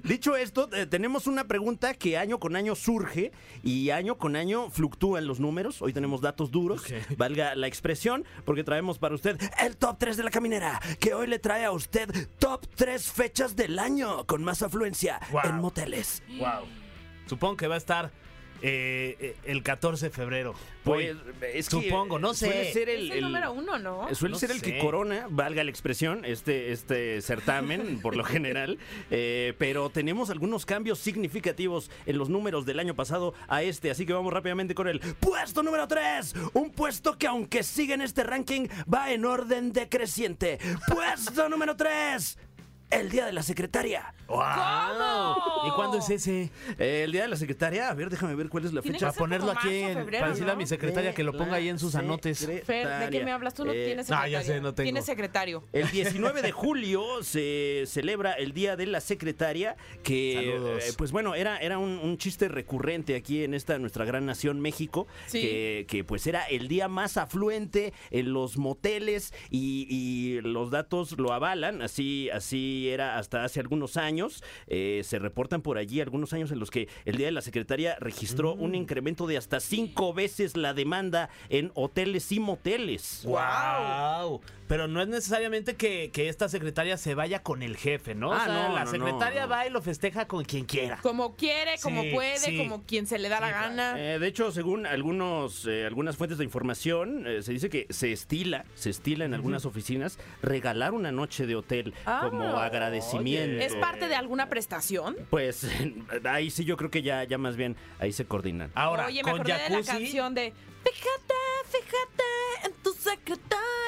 [SPEAKER 2] dicho esto, eh, tenemos una pregunta que año con año surge y año con año fluctúan los números. Hoy tenemos datos duros,
[SPEAKER 3] Ok.
[SPEAKER 2] valga la expresión, porque traemos para usted el top 3 de la caminera, que hoy le trae a usted top 3 fechas del año con más afluencia
[SPEAKER 3] Wow.
[SPEAKER 2] en moteles.
[SPEAKER 3] Wow. Supongo que va a estar eh, eh, el 14 de febrero.
[SPEAKER 2] Pues,
[SPEAKER 3] Uy,
[SPEAKER 2] es que,
[SPEAKER 3] supongo, no sé.
[SPEAKER 2] Suele ser el,
[SPEAKER 1] Es el número uno, Ah, ¿no?
[SPEAKER 2] Eh, Suele
[SPEAKER 3] No
[SPEAKER 2] ser el que
[SPEAKER 3] sé.
[SPEAKER 2] corona, valga la expresión, este, este certamen por lo general. Eh, pero tenemos algunos cambios significativos en los números del año pasado a este. Así que vamos rápidamente con el puesto número 3. Un puesto que aunque sigue en este ranking va en orden decreciente. Puesto número 3. El Día de la Secretaria.
[SPEAKER 3] ¿Y
[SPEAKER 1] Oh.
[SPEAKER 3] cuándo es ese?
[SPEAKER 2] Eh, el Día de la Secretaria, a ver, déjame ver cuál es la
[SPEAKER 1] Tiene
[SPEAKER 2] fecha.
[SPEAKER 1] que
[SPEAKER 3] Para
[SPEAKER 1] ser como
[SPEAKER 3] ponerlo aquí,
[SPEAKER 1] marzo,
[SPEAKER 3] en-
[SPEAKER 1] febrero,
[SPEAKER 3] para decirle a
[SPEAKER 1] ¿no?
[SPEAKER 3] mi secretaria que lo ponga ahí en sus
[SPEAKER 2] La
[SPEAKER 3] anotes.
[SPEAKER 1] Fer, ¿de qué me hablas? Tú no
[SPEAKER 2] Eh,
[SPEAKER 1] tienes
[SPEAKER 3] no,
[SPEAKER 1] secretario.
[SPEAKER 3] ya sé, no tengo.
[SPEAKER 1] Tienes secretario.
[SPEAKER 2] El 19 de julio se celebra el Día de la Secretaria, que
[SPEAKER 3] Saludos.
[SPEAKER 2] eh, pues bueno, era, era un, un chiste recurrente aquí en esta nuestra gran nación México,
[SPEAKER 1] Sí.
[SPEAKER 2] que, que, pues era el día más afluente en los moteles y, y los datos lo avalan, así, así era hasta hace algunos años, Eh, se reportan por allí algunos años en los que el Día de la Secretaria registró un incremento de hasta cinco veces la demanda en hoteles y moteles.
[SPEAKER 3] ¡Wow! Pero no es necesariamente que, que esta secretaria se vaya con el jefe, ¿no? O
[SPEAKER 2] Ah,
[SPEAKER 3] sea,
[SPEAKER 2] no, no,
[SPEAKER 3] la
[SPEAKER 2] no,
[SPEAKER 3] secretaria
[SPEAKER 2] no.
[SPEAKER 3] va y lo festeja con quien quiera.
[SPEAKER 1] Como quiere, como
[SPEAKER 3] Sí,
[SPEAKER 1] puede,
[SPEAKER 3] sí.
[SPEAKER 1] como quien se le da la gana.
[SPEAKER 2] Eh, de hecho, según algunos, eh, algunas fuentes de información, eh, se dice que se estila, se estila en algunas oficinas regalar una noche de hotel
[SPEAKER 1] Ah,
[SPEAKER 2] como agradecimiento.
[SPEAKER 1] ¿Es parte de alguna prestación?
[SPEAKER 2] Pues ahí sí yo creo que ya, ya más bien ahí se coordinan.
[SPEAKER 3] Ahora,
[SPEAKER 1] Oye, me
[SPEAKER 3] con
[SPEAKER 1] acordé de la
[SPEAKER 3] jacuzzi.
[SPEAKER 1] canción de Fíjate, fíjate en tu secretaria.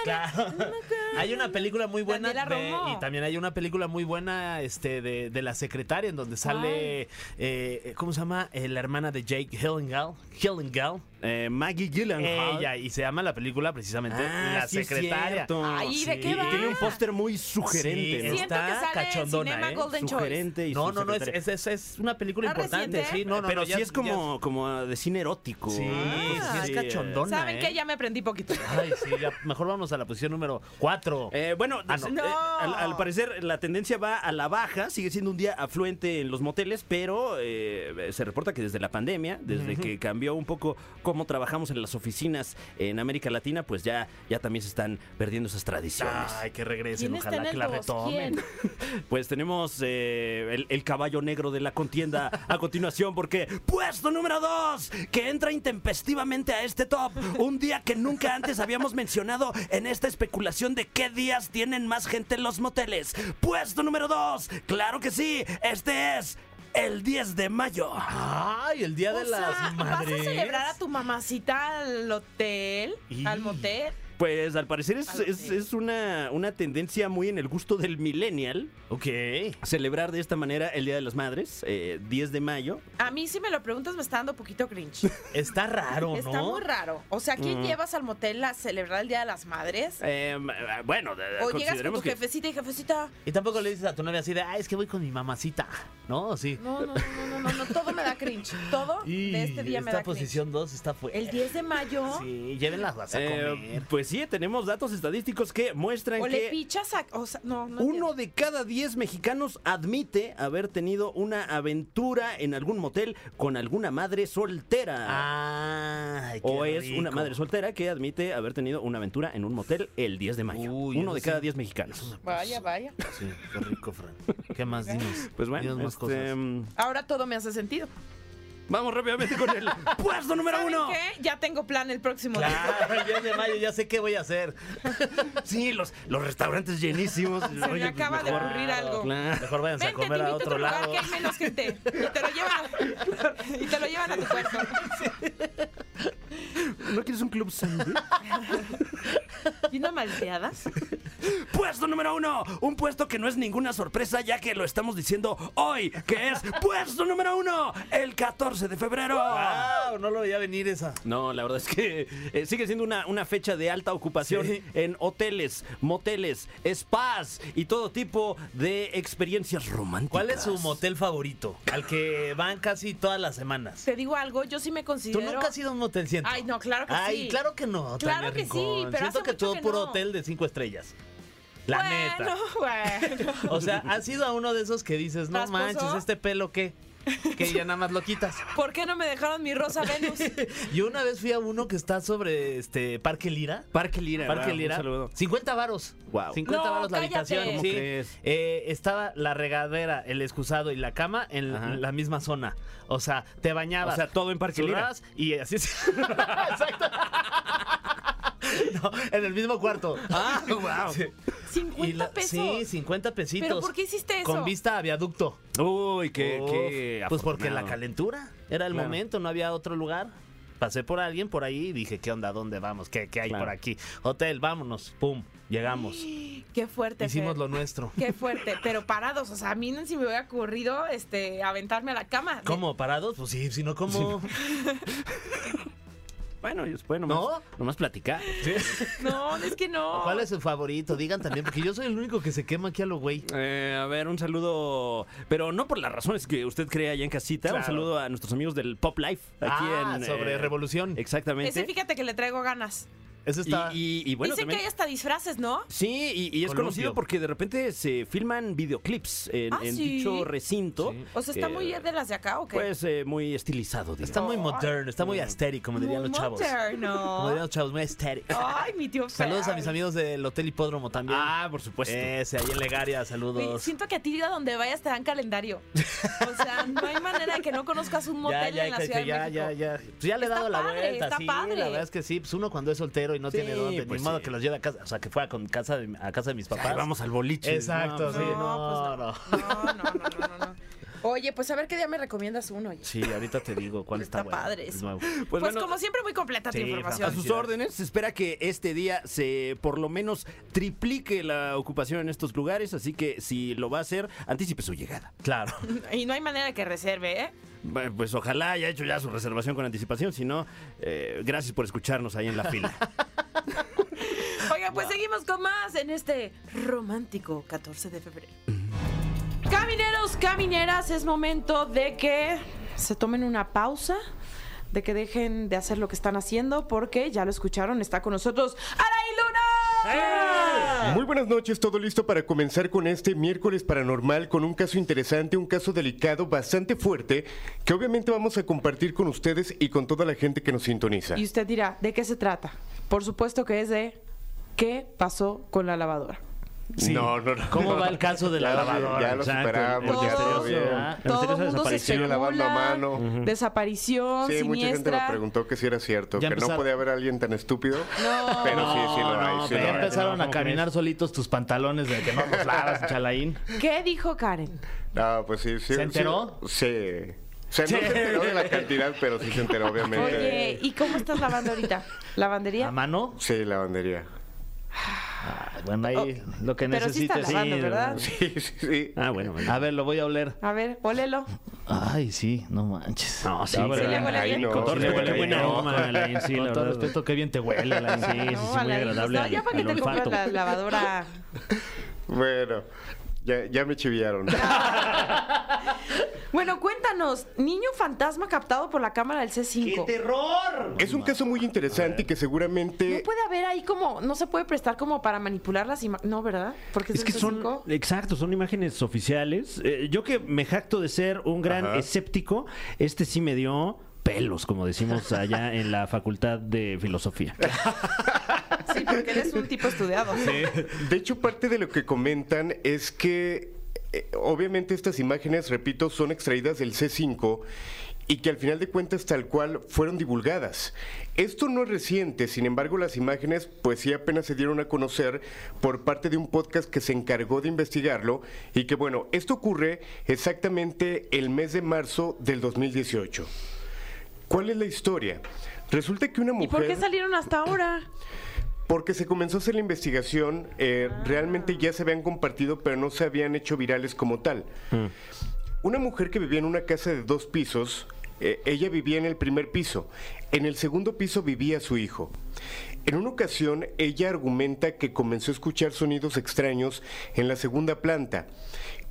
[SPEAKER 3] Claro. Hay una película muy buena
[SPEAKER 1] Daniela
[SPEAKER 3] de-
[SPEAKER 1] Romo.
[SPEAKER 3] y también hay una película muy buena este de, de la secretaria en donde sale eh, ¿cómo se llama? Eh, la hermana de Jake Gyllenhaal, Gyllenhaal.
[SPEAKER 2] Eh, Maggie Gyllenhaal.
[SPEAKER 3] Ella y se llama la película precisamente
[SPEAKER 2] Ah,
[SPEAKER 3] La
[SPEAKER 2] sí es
[SPEAKER 3] secretaria.
[SPEAKER 2] cierto.
[SPEAKER 1] Ay, ¿de
[SPEAKER 2] Sí.
[SPEAKER 1] qué
[SPEAKER 2] Y- y
[SPEAKER 1] va?
[SPEAKER 2] tiene un póster muy sugerente,
[SPEAKER 3] Sí,
[SPEAKER 2] ¿no?
[SPEAKER 1] Siento que
[SPEAKER 3] está
[SPEAKER 1] sale
[SPEAKER 3] cachondona,
[SPEAKER 1] Cinema
[SPEAKER 3] ¿eh?
[SPEAKER 1] Golden Choice.
[SPEAKER 2] Sugerente y
[SPEAKER 3] No, no, no, es,
[SPEAKER 2] subsecretaria.
[SPEAKER 3] es, es- es una película
[SPEAKER 1] ¿Ah,
[SPEAKER 3] importante,
[SPEAKER 1] reciente?
[SPEAKER 3] sí, eh, no, no,
[SPEAKER 2] Pero
[SPEAKER 3] no,
[SPEAKER 2] sí
[SPEAKER 3] ya-
[SPEAKER 2] es como, como de cine
[SPEAKER 3] ya-
[SPEAKER 2] erótico.
[SPEAKER 3] Sí,
[SPEAKER 2] una cosa
[SPEAKER 3] sí,
[SPEAKER 2] así,
[SPEAKER 3] es
[SPEAKER 2] eh.
[SPEAKER 3] cachondona.
[SPEAKER 1] ¿Saben
[SPEAKER 3] ¿eh?
[SPEAKER 1] qué? Ya me aprendí poquito.
[SPEAKER 3] Ay, sí, ya, mejor vamos a la posición número 4.
[SPEAKER 2] Eh, bueno,
[SPEAKER 3] Ah, no.
[SPEAKER 2] eh, al, al
[SPEAKER 1] No.
[SPEAKER 2] parecer la tendencia va a la baja, sigue siendo un día afluente en los moteles, pero eh, se reporta que desde la pandemia, desde que cambió un poco cómo trabajamos en las oficinas en América Latina, pues ya, ya también se están perdiendo esas tradiciones.
[SPEAKER 3] Ay, que regresen,
[SPEAKER 1] ¿Quién está en
[SPEAKER 3] ojalá que
[SPEAKER 1] el
[SPEAKER 3] la
[SPEAKER 1] dos?
[SPEAKER 3] retomen.
[SPEAKER 1] ¿Quién?
[SPEAKER 2] Pues tenemos eh, el, el caballo negro de la contienda a continuación, porque puesto número 2, que entra intempestivamente a este top, un día que nunca antes habíamos mencionado en esta especulación de qué días tienen más gente en los moteles. Puesto número 2, claro que sí, este es el 10 de mayo.
[SPEAKER 3] Ay, el día
[SPEAKER 1] O
[SPEAKER 3] de
[SPEAKER 1] sea,
[SPEAKER 3] las madres.
[SPEAKER 1] ¿Vas a celebrar a tu mamacita al hotel?
[SPEAKER 3] Y-
[SPEAKER 1] ¿Al motel?
[SPEAKER 2] Pues al parecer es,
[SPEAKER 1] Algo
[SPEAKER 2] es-
[SPEAKER 1] así.
[SPEAKER 2] es una, una tendencia muy en el gusto del millennial.
[SPEAKER 3] Ok.
[SPEAKER 2] Celebrar de esta manera el Día de las Madres, eh, 10 de mayo.
[SPEAKER 1] A mí, si me lo preguntas, me está dando poquito cringe.
[SPEAKER 3] Está raro,
[SPEAKER 1] Está
[SPEAKER 3] ¿no?
[SPEAKER 1] muy raro. O sea, ¿quién
[SPEAKER 2] Mm.
[SPEAKER 1] llevas al motel a celebrar el Día de las Madres?
[SPEAKER 2] Eh, bueno, de-
[SPEAKER 1] ¿O llegas con
[SPEAKER 2] consideremos
[SPEAKER 1] tu
[SPEAKER 2] que...
[SPEAKER 1] jefecita y jefecita?
[SPEAKER 3] Y tampoco le dices a tu novia así de, ah, es que voy con mi mamacita, ¿no? Sí.
[SPEAKER 1] No, no, no, no, no, no, todo me da cringe. Todo de este día me
[SPEAKER 3] esta
[SPEAKER 1] da
[SPEAKER 3] posición 2 está
[SPEAKER 1] cringe.
[SPEAKER 3] fuerte.
[SPEAKER 1] El 10 de mayo
[SPEAKER 3] Sí, llévenlas a
[SPEAKER 2] Eh,
[SPEAKER 3] comer.
[SPEAKER 2] pues sí, tenemos datos estadísticos que muestran
[SPEAKER 1] o le
[SPEAKER 2] que
[SPEAKER 1] pichas a o sea, no, no
[SPEAKER 2] uno
[SPEAKER 1] entiendo.
[SPEAKER 2] de cada diez mexicanos admite haber tenido una aventura en algún motel con alguna madre soltera.
[SPEAKER 3] Ay, Ah, qué
[SPEAKER 2] ah. o es una
[SPEAKER 3] rico.
[SPEAKER 2] madre soltera que admite haber tenido una aventura en un motel el 10 de mayo.
[SPEAKER 3] Uy,
[SPEAKER 2] uno
[SPEAKER 3] eso
[SPEAKER 2] de
[SPEAKER 3] sí.
[SPEAKER 2] cada diez mexicanos.
[SPEAKER 1] Vaya, vaya.
[SPEAKER 3] Sí, qué rico, Fran. ¿Qué
[SPEAKER 1] ¿Eh?
[SPEAKER 3] más dinos?
[SPEAKER 2] Pues bueno,
[SPEAKER 3] Dinos más
[SPEAKER 2] este,
[SPEAKER 3] cosas.
[SPEAKER 2] mm,
[SPEAKER 1] Ahora todo me hace sentido.
[SPEAKER 2] vamos rápidamente con el puesto número
[SPEAKER 1] ¿Saben
[SPEAKER 2] uno.
[SPEAKER 1] qué? Ya tengo plan el próximo día.
[SPEAKER 3] Claro, el 10 de mayo, ya sé qué voy a hacer.
[SPEAKER 2] Sí, los, los restaurantes llenísimos. Se
[SPEAKER 1] me
[SPEAKER 3] pues
[SPEAKER 1] acaba de ocurrir algo.
[SPEAKER 3] Mejor
[SPEAKER 1] Vente,
[SPEAKER 3] váyanse a
[SPEAKER 1] te
[SPEAKER 3] comer
[SPEAKER 1] invito
[SPEAKER 3] a
[SPEAKER 1] a
[SPEAKER 3] otro
[SPEAKER 1] otro lugar
[SPEAKER 3] lado.
[SPEAKER 1] que hay menos gente. Y te lo llevan a, y te lo llevan a tu cuarto.
[SPEAKER 2] ¿No quieres un club sándwich?
[SPEAKER 1] ¿Y una malteada?
[SPEAKER 2] Puesto número uno, un puesto que no es ninguna sorpresa ya que lo estamos diciendo hoy, que es puesto número uno, el 14 de febrero.
[SPEAKER 3] Wow, no lo veía venir esa.
[SPEAKER 2] No, la verdad es que eh, sigue siendo una, una fecha de alta ocupación
[SPEAKER 3] Sí.
[SPEAKER 2] en hoteles, moteles, spas y todo tipo de experiencias románticas.
[SPEAKER 3] ¿Cuál es su motel favorito? Al que van casi todas las semanas.
[SPEAKER 1] Te digo algo, yo sí me
[SPEAKER 3] ¿Tú
[SPEAKER 1] considero
[SPEAKER 3] nunca has ido a un motel siento?
[SPEAKER 1] Ay, no, claro que
[SPEAKER 3] Ay,
[SPEAKER 1] sí.
[SPEAKER 3] claro que no.
[SPEAKER 1] Claro
[SPEAKER 3] Tania
[SPEAKER 1] que sí,
[SPEAKER 3] Rincón.
[SPEAKER 1] pero
[SPEAKER 3] Siento
[SPEAKER 1] hace
[SPEAKER 3] que
[SPEAKER 1] mucho
[SPEAKER 3] todo
[SPEAKER 1] que
[SPEAKER 3] puro
[SPEAKER 1] no.
[SPEAKER 3] hotel de cinco estrellas. La
[SPEAKER 1] bueno,
[SPEAKER 3] neta.
[SPEAKER 1] bueno.
[SPEAKER 3] O sea, has ido a uno de esos que dices, no
[SPEAKER 1] ¿Rasposo?
[SPEAKER 3] manches, este pelo qué. que ya nada más lo quitas.
[SPEAKER 1] ¿Por qué no me dejaron mi rosa Venus?
[SPEAKER 3] Yo una vez fui a uno que está sobre este Parque Lira.
[SPEAKER 2] Parque Lira.
[SPEAKER 3] Parque
[SPEAKER 2] ¿verdad? Eh, Un
[SPEAKER 3] Lira.
[SPEAKER 2] saludo.
[SPEAKER 3] 50 varos.
[SPEAKER 2] Wow.
[SPEAKER 3] 50
[SPEAKER 1] No,
[SPEAKER 3] varos la
[SPEAKER 1] cállate.
[SPEAKER 3] habitación.
[SPEAKER 1] ¿Cómo
[SPEAKER 3] sí.
[SPEAKER 2] crees?
[SPEAKER 3] Eh, estaba la regadera, el excusado y la cama en
[SPEAKER 2] Ajá.
[SPEAKER 3] la misma zona. O sea, te bañabas.
[SPEAKER 2] O sea, todo en Parque Lira.
[SPEAKER 3] zurrabas Y así es. Exacto. No, en el mismo cuarto.
[SPEAKER 2] Ah, wow.
[SPEAKER 3] Sí. Y
[SPEAKER 1] 50
[SPEAKER 3] la-
[SPEAKER 1] pesos.
[SPEAKER 3] Sí, 50 pesitos.
[SPEAKER 1] ¿Pero por qué hiciste eso?
[SPEAKER 3] Con vista a viaducto.
[SPEAKER 2] Uy, qué,
[SPEAKER 3] Uf,
[SPEAKER 2] qué
[SPEAKER 3] Pues porque la
[SPEAKER 2] afortunado.
[SPEAKER 3] calentura era el
[SPEAKER 2] Claro.
[SPEAKER 3] momento, no había otro lugar. Pasé por alguien por ahí y dije, ¿qué onda? ¿Dónde vamos? ¿Qué, qué hay
[SPEAKER 2] Claro.
[SPEAKER 3] por aquí? Hotel, vámonos. Pum, llegamos.
[SPEAKER 1] Qué fuerte.
[SPEAKER 3] Hicimos
[SPEAKER 1] Fer.
[SPEAKER 3] lo nuestro.
[SPEAKER 1] Qué fuerte, pero parados, o sea, a mí no si me hubiera ocurrido este aventarme a la cama.
[SPEAKER 3] ¿Cómo? ¿Parados? Pues sí, si no, ¿cómo?
[SPEAKER 2] Bueno, y después nomás,
[SPEAKER 3] ¿No?
[SPEAKER 2] nomás platicar.
[SPEAKER 1] No, es que no.
[SPEAKER 3] ¿Cuál es su favorito? Digan también, porque yo soy el único que se quema aquí a lo güey.
[SPEAKER 2] Eh, a ver, un saludo, pero no por las razones que usted cree allá en casita. Un
[SPEAKER 3] Claro.
[SPEAKER 2] saludo a nuestros amigos del Pop Life aquí
[SPEAKER 3] Ah,
[SPEAKER 2] en eh,
[SPEAKER 3] sobre Revolución.
[SPEAKER 2] Exactamente.
[SPEAKER 1] Ese fíjate que le traigo ganas.
[SPEAKER 3] Eso
[SPEAKER 2] Y,
[SPEAKER 3] está...
[SPEAKER 2] y- y bueno,
[SPEAKER 1] Dicen
[SPEAKER 2] también-
[SPEAKER 1] que hay hasta disfraces, ¿no?
[SPEAKER 2] Sí, y, y es
[SPEAKER 3] Columpio.
[SPEAKER 2] conocido porque de repente se filman videoclips en,
[SPEAKER 1] Ah,
[SPEAKER 2] en
[SPEAKER 1] sí.
[SPEAKER 2] dicho recinto.
[SPEAKER 3] Sí.
[SPEAKER 1] O sea, está
[SPEAKER 2] Eh,
[SPEAKER 1] muy de las de acá o qué?
[SPEAKER 2] Pues eh, muy estilizado, digamos.
[SPEAKER 3] Está muy moderno, está muy
[SPEAKER 2] Mm.
[SPEAKER 3] asteric, como
[SPEAKER 1] Muy
[SPEAKER 3] dirían los chavos. Como dirían
[SPEAKER 1] moderno.
[SPEAKER 3] los chavos, muy asteric.
[SPEAKER 1] Ay, mi tío. Fer.
[SPEAKER 3] Saludos a mis amigos del Hotel Hipódromo también.
[SPEAKER 2] Ah, por supuesto.
[SPEAKER 3] Ese, ahí en Legaria,
[SPEAKER 1] Güey,
[SPEAKER 3] saludos.
[SPEAKER 1] siento que a ti a donde vayas te dan calendario. O sea, no hay manera de que no conozcas un motel en la
[SPEAKER 3] que-
[SPEAKER 1] Ciudad
[SPEAKER 3] que ya,
[SPEAKER 1] de México.
[SPEAKER 3] ya, ya. Pues ya le he
[SPEAKER 1] Está
[SPEAKER 3] dado la
[SPEAKER 1] padre,
[SPEAKER 3] vuelta,
[SPEAKER 1] está
[SPEAKER 3] sí.
[SPEAKER 1] padre.
[SPEAKER 3] La verdad es que sí, pues uno cuando es soltero y no
[SPEAKER 2] Sí,
[SPEAKER 3] tiene dónde,
[SPEAKER 2] pues
[SPEAKER 3] ni modo
[SPEAKER 2] sí.
[SPEAKER 3] que los lleve a casa, o sea, que fuera con casa de- a casa de mis papás.
[SPEAKER 2] Ay, vamos al boliche.
[SPEAKER 3] Exacto, sí, no, no.
[SPEAKER 1] pues No, no, no, no, no, no. Oye, pues a ver qué día me recomiendas uno. oye.
[SPEAKER 3] Sí, ahorita te digo cuál está,
[SPEAKER 1] Está
[SPEAKER 3] bueno,
[SPEAKER 1] padre eso.
[SPEAKER 3] el nuevo.
[SPEAKER 2] Pues,
[SPEAKER 1] Pues,
[SPEAKER 2] bueno,
[SPEAKER 1] como siempre, muy completa tu
[SPEAKER 3] Sí,
[SPEAKER 2] A
[SPEAKER 1] información.
[SPEAKER 2] sus órdenes, se espera que este día se por lo menos triplique la ocupación en estos lugares, así que si lo va a hacer, anticipe su llegada.
[SPEAKER 3] Claro.
[SPEAKER 1] Y no hay manera de que reserve, ¿eh?
[SPEAKER 2] Bueno, Pues ojalá haya hecho ya su reservación con anticipación, si no, eh, gracias por escucharnos ahí en la fila.
[SPEAKER 1] Oiga, pues seguimos con más en este romántico 14 de febrero. Camineros, camineras, es momento de que se tomen una pausa, de que dejen de hacer lo que están haciendo, porque ya lo escucharon, está con nosotros Araí Luna.
[SPEAKER 6] Muy buenas noches, todo listo para comenzar con este miércoles paranormal con un caso interesante, un caso delicado, bastante fuerte, que obviamente vamos a compartir con ustedes y con toda la gente que nos sintoniza.
[SPEAKER 1] Y usted dirá, ¿de qué se trata? Por supuesto que es de ¿qué pasó con la lavadora?
[SPEAKER 6] No, no, no.
[SPEAKER 3] ¿Cómo va el caso de la
[SPEAKER 6] Ya,
[SPEAKER 3] lavadora?
[SPEAKER 6] ya lo
[SPEAKER 3] Exacto,
[SPEAKER 6] superamos,
[SPEAKER 3] el Ah.
[SPEAKER 1] ya está
[SPEAKER 3] misterioso,
[SPEAKER 1] bien.
[SPEAKER 6] Ah.
[SPEAKER 3] ¿verdad?
[SPEAKER 1] Todo el mundo se
[SPEAKER 6] Sigue lavando a
[SPEAKER 1] especula,
[SPEAKER 6] mano.
[SPEAKER 1] Desaparición,
[SPEAKER 6] Sí, mucha gente me
[SPEAKER 1] siniestra.
[SPEAKER 6] preguntó que si era cierto,
[SPEAKER 3] Ya
[SPEAKER 6] que no
[SPEAKER 3] empezaron.
[SPEAKER 6] podía haber a alguien tan estúpido,
[SPEAKER 1] No.
[SPEAKER 6] pero sí, sí lo hay.
[SPEAKER 3] No,
[SPEAKER 6] sí
[SPEAKER 3] pero
[SPEAKER 6] lo
[SPEAKER 3] ya
[SPEAKER 6] hay.
[SPEAKER 3] empezaron a caminar solitos tus pantalones de que no los lavas, chalaín.
[SPEAKER 1] ¿Qué dijo Karen?
[SPEAKER 6] Ah, pues sí, sí.
[SPEAKER 3] ¿Se
[SPEAKER 6] sí.
[SPEAKER 3] enteró?
[SPEAKER 6] Sí. O sea, no se enteró de la cantidad, pero sí se enteró, obviamente.
[SPEAKER 1] Oye, ¿y cómo estás lavando ahorita? ¿Lavandería?
[SPEAKER 3] ¿A mano?
[SPEAKER 6] Sí, lavandería.
[SPEAKER 3] Ah, Bueno, ahí lo que
[SPEAKER 1] Oh, Pero sí está
[SPEAKER 3] necesites.
[SPEAKER 1] lavando,
[SPEAKER 3] Sí,
[SPEAKER 1] ¿verdad?
[SPEAKER 6] Sí, sí, sí.
[SPEAKER 2] Ah, bueno, bueno.
[SPEAKER 3] A ver, lo voy a oler.
[SPEAKER 1] A ver, ólelo.
[SPEAKER 3] Ay, sí, no manches.
[SPEAKER 7] No, sí,
[SPEAKER 3] Ah,
[SPEAKER 7] pero-
[SPEAKER 1] ¿Sí le huele
[SPEAKER 6] Ay,
[SPEAKER 1] bien?
[SPEAKER 6] no,
[SPEAKER 7] Con todo
[SPEAKER 6] sí
[SPEAKER 3] le
[SPEAKER 7] respeto,
[SPEAKER 3] huele
[SPEAKER 7] qué
[SPEAKER 6] bien.
[SPEAKER 7] buena
[SPEAKER 3] bien.
[SPEAKER 7] aroma, Alain, sí,
[SPEAKER 3] Con
[SPEAKER 7] la
[SPEAKER 3] todo
[SPEAKER 7] verdad.
[SPEAKER 3] respeto, qué bien te huele, Alain. Sí, sí, sí, muy
[SPEAKER 1] Alain,
[SPEAKER 3] agradable.
[SPEAKER 1] no, ya
[SPEAKER 3] al-
[SPEAKER 1] para que
[SPEAKER 3] al
[SPEAKER 1] te compras
[SPEAKER 3] olfato.
[SPEAKER 1] la lavadora.
[SPEAKER 6] Bueno, ya, ya me chiviaron.
[SPEAKER 1] Bueno, cuéntanos, niño fantasma captado por la cámara del C5.
[SPEAKER 6] es un caso muy interesante que
[SPEAKER 1] No
[SPEAKER 6] seguramente...
[SPEAKER 1] puede haber ahí como, no se puede prestar como para manipular las imágenes, no, ¿verdad? Porque es,
[SPEAKER 2] Es que
[SPEAKER 1] del
[SPEAKER 2] son,
[SPEAKER 1] C5.
[SPEAKER 2] exacto, son imágenes oficiales. Eh, yo que me jacto de ser un gran
[SPEAKER 6] Ajá.
[SPEAKER 2] escéptico, este sí me dio pelos, como decimos allá en la Facultad de Filosofía.
[SPEAKER 1] Sí, porque eres un tipo estudiado.
[SPEAKER 6] De hecho, parte de lo que comentan es que eh, obviamente estas imágenes, repito, son extraídas del C5 y que al final de cuentas tal cual fueron divulgadas. Esto no es reciente, sin embargo las imágenes pues sí apenas se dieron a conocer por parte de un podcast que se encargó de investigarlo y que bueno, esto ocurre exactamente el mes de marzo del 2018. ¿Cuál es la historia? Resulta que una
[SPEAKER 1] ¿Y
[SPEAKER 6] mujer...
[SPEAKER 1] por qué salieron hasta ahora?
[SPEAKER 6] Porque se comenzó a hacer la investigación, eh, realmente ya se habían compartido, pero no se habían hecho virales como tal. Una mujer que vivía en una casa de dos pisos, eh, ella vivía en el primer piso, en el segundo piso vivía su hijo. En una ocasión, ella argumenta que comenzó a escuchar sonidos extraños en la segunda planta.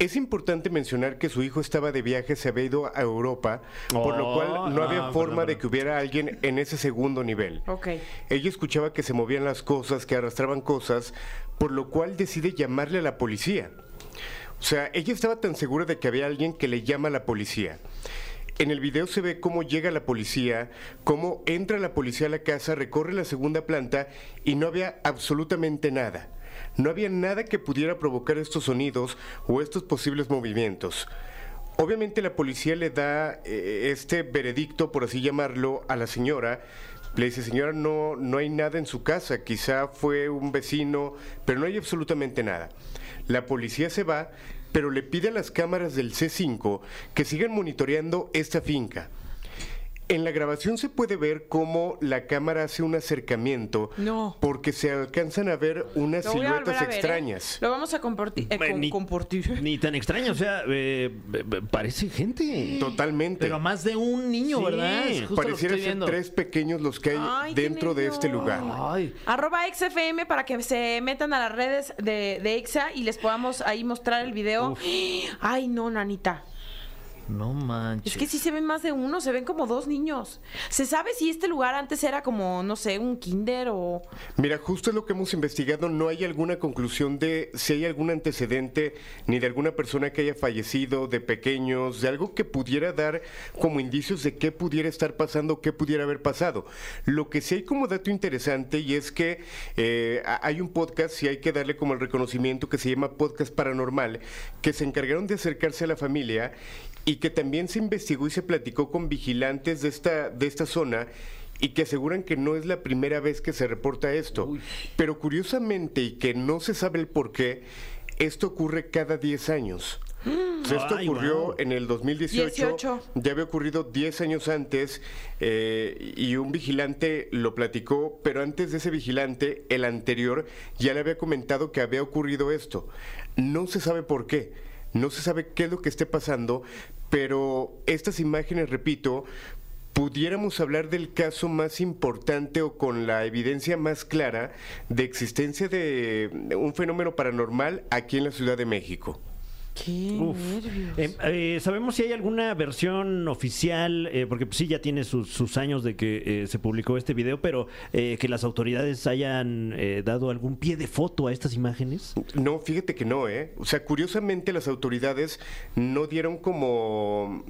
[SPEAKER 6] Es importante mencionar que su hijo estaba de viaje, se había ido a Europa, por lo
[SPEAKER 2] Oh,
[SPEAKER 6] cual no
[SPEAKER 2] ah,
[SPEAKER 6] había
[SPEAKER 2] perdón,
[SPEAKER 6] forma de
[SPEAKER 2] perdón.
[SPEAKER 6] que hubiera alguien en ese segundo nivel.
[SPEAKER 1] Ok.
[SPEAKER 6] Ella escuchaba que se movían las cosas, que arrastraban cosas, por lo cual decide llamarle a la policía. O O sea, ella estaba tan segura de que había alguien que le llama a la policía. En el video se ve cómo llega la policía, cómo entra la policía a la casa, recorre la segunda planta y no había absolutamente nada. No había nada que pudiera provocar estos sonidos o estos posibles movimientos. Obviamente la policía le da eh, este veredicto, por así llamarlo, a la señora. Le dice, señora, no, no hay nada en su casa, quizá fue un vecino, pero no hay absolutamente nada. La policía se va, pero le pide a las cámaras del C5 que sigan monitoreando esta finca. En la grabación se puede ver cómo la cámara hace un acercamiento
[SPEAKER 1] No.
[SPEAKER 6] porque se alcanzan a ver unas
[SPEAKER 1] Lo voy a volver
[SPEAKER 6] siluetas
[SPEAKER 1] a ver, ¿eh?
[SPEAKER 6] extrañas.
[SPEAKER 1] Lo vamos a compartir. eh,
[SPEAKER 2] Bueno,
[SPEAKER 1] con-
[SPEAKER 2] ni-
[SPEAKER 1] compartir.
[SPEAKER 2] Ni tan extraño, o sea, eh, b- b- parece gente.
[SPEAKER 6] Totalmente.
[SPEAKER 3] Pero más de un niño,
[SPEAKER 2] Sí,
[SPEAKER 3] ¿verdad? Es justo lo que
[SPEAKER 6] Pareciera
[SPEAKER 3] estoy
[SPEAKER 6] ser
[SPEAKER 3] viendo.
[SPEAKER 6] tres pequeños los que hay
[SPEAKER 1] Ay, qué
[SPEAKER 6] dentro de este
[SPEAKER 1] niños.
[SPEAKER 6] lugar.
[SPEAKER 3] Ay.
[SPEAKER 1] Arroba XFM para que se metan a las redes de, de Exa y les podamos ahí mostrar el video. Ay, no, nanita.
[SPEAKER 3] No manches.
[SPEAKER 1] Es que sí se ven más de uno, se ven como dos niños. ¿Se sabe si este lugar antes era como, no sé, un kinder o...?
[SPEAKER 6] Mira, justo es lo que hemos investigado. No hay alguna conclusión de si hay algún antecedente, ni de alguna persona que haya fallecido, de pequeños, de algo que pudiera dar como indicios de qué pudiera estar pasando, qué pudiera haber pasado. Lo que sí hay como dato interesante y es que eh, ha- hay un podcast y hay que darle como el reconocimiento que se llama Podcast Paranormal, que se encargaron de acercarse a la familia y que también se investigó y se platicó con vigilantes de esta, de esta zona y que aseguran que no es la primera vez que se reporta esto. Pero curiosamente, y que no se sabe el por qué, esto ocurre cada 10 años. O sea, esto
[SPEAKER 2] Ay,
[SPEAKER 6] ocurrió
[SPEAKER 2] wow.
[SPEAKER 6] en el 2018,
[SPEAKER 1] 18.
[SPEAKER 6] ya había ocurrido 10 años antes eh, y un vigilante lo platicó, pero antes de ese vigilante, el anterior ya le había comentado que había ocurrido esto. No se sabe por qué, no se sabe qué es lo que esté pasando, pero estas imágenes, repito, pudiéramos hablar del caso más importante o con la evidencia más clara de existencia de un fenómeno paranormal aquí en la Ciudad de México.
[SPEAKER 2] Uf. Eh, eh, ¿Sabemos si hay alguna versión oficial? Eh, porque pues, sí, ya tiene sus, sus años de que eh, se publicó este video, pero eh, que las autoridades hayan eh, dado algún pie de foto a estas imágenes.
[SPEAKER 6] No, fíjate que no, ¿eh? O sea, curiosamente las autoridades no dieron como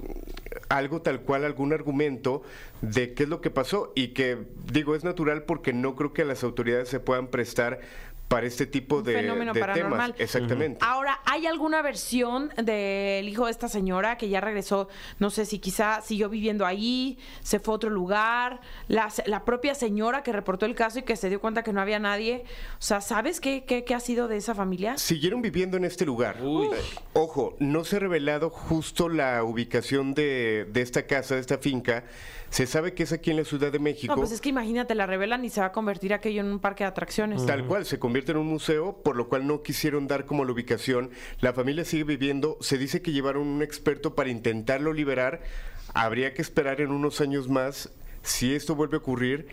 [SPEAKER 6] algo tal cual, algún argumento de qué es lo que pasó y que, digo, es natural porque no creo que las autoridades se puedan prestar para este tipo
[SPEAKER 1] Un
[SPEAKER 6] de,
[SPEAKER 1] fenómeno
[SPEAKER 6] de temas.
[SPEAKER 1] paranormal.
[SPEAKER 6] Exactamente.
[SPEAKER 1] Ahora, ¿hay alguna versión del hijo de esta señora que ya regresó? No sé si quizá siguió viviendo ahí, se fue a otro lugar, la, se- la propia señora que reportó el caso y que se dio cuenta que no había nadie. O sea, ¿sabes qué, qué, qué ha sido de esa familia?
[SPEAKER 6] Siguieron viviendo en este lugar. Eh, Ojo, no se ha revelado justo la ubicación de, de esta casa, de esta finca. Se sabe que es aquí en la Ciudad de México.
[SPEAKER 1] No, pues es que imagínate, la revelan y se va a convertir aquello en un parque de atracciones.
[SPEAKER 6] Tal cual, se convierte en un museo, por lo cual no quisieron dar como la ubicación. La familia sigue viviendo, se dice que llevaron un experto para intentarlo liberar. Habría que esperar en unos años más si esto vuelve a ocurrir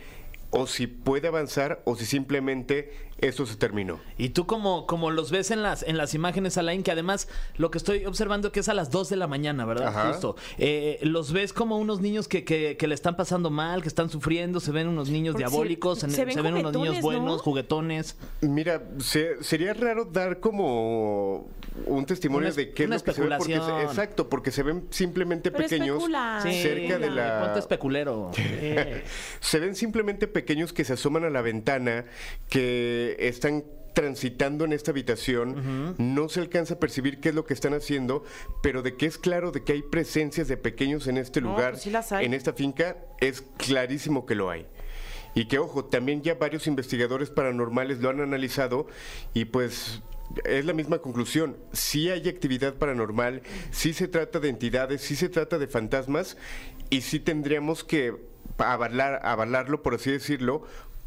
[SPEAKER 6] o si puede avanzar o si simplemente esto se terminó.
[SPEAKER 3] Y tú como, como los ves en las, en las imágenes, Alain, que además lo que estoy observando que es a las 2 de la mañana, ¿verdad?
[SPEAKER 6] Ajá.
[SPEAKER 3] Justo. Eh, los ves como unos niños que, que, que le están pasando mal, que están sufriendo, se ven unos niños
[SPEAKER 1] Porque se-
[SPEAKER 3] diabólicos, se,
[SPEAKER 1] se ven
[SPEAKER 3] se ven unos niños
[SPEAKER 1] juguetones,
[SPEAKER 3] buenos,
[SPEAKER 1] ¿no?
[SPEAKER 3] juguetones.
[SPEAKER 6] Mira, se- sería raro dar como un testimonio
[SPEAKER 3] Una es-
[SPEAKER 6] de qué es
[SPEAKER 3] una
[SPEAKER 6] lo que se ve, porque se-
[SPEAKER 3] especulación.
[SPEAKER 6] exacto, porque se ven simplemente
[SPEAKER 1] Pero
[SPEAKER 6] pequeños
[SPEAKER 1] especula. Sí,
[SPEAKER 6] cerca de la
[SPEAKER 3] Ponte especulero. Eh,
[SPEAKER 6] Se ven simplemente pequeños que se asoman a la ventana, que están transitando en esta habitación, no se alcanza a percibir qué es lo que están haciendo, pero de que es claro de que hay presencias de pequeños en este
[SPEAKER 1] No,
[SPEAKER 6] lugar,
[SPEAKER 1] pues sí las hay.
[SPEAKER 6] en esta finca, es clarísimo que lo hay. Y que ojo, también ya varios investigadores paranormales lo han analizado y pues es la misma conclusión. Sí hay actividad paranormal, sí se trata de entidades, sí se trata de fantasmas y sí tendríamos que avalar, avalarlo, por así decirlo,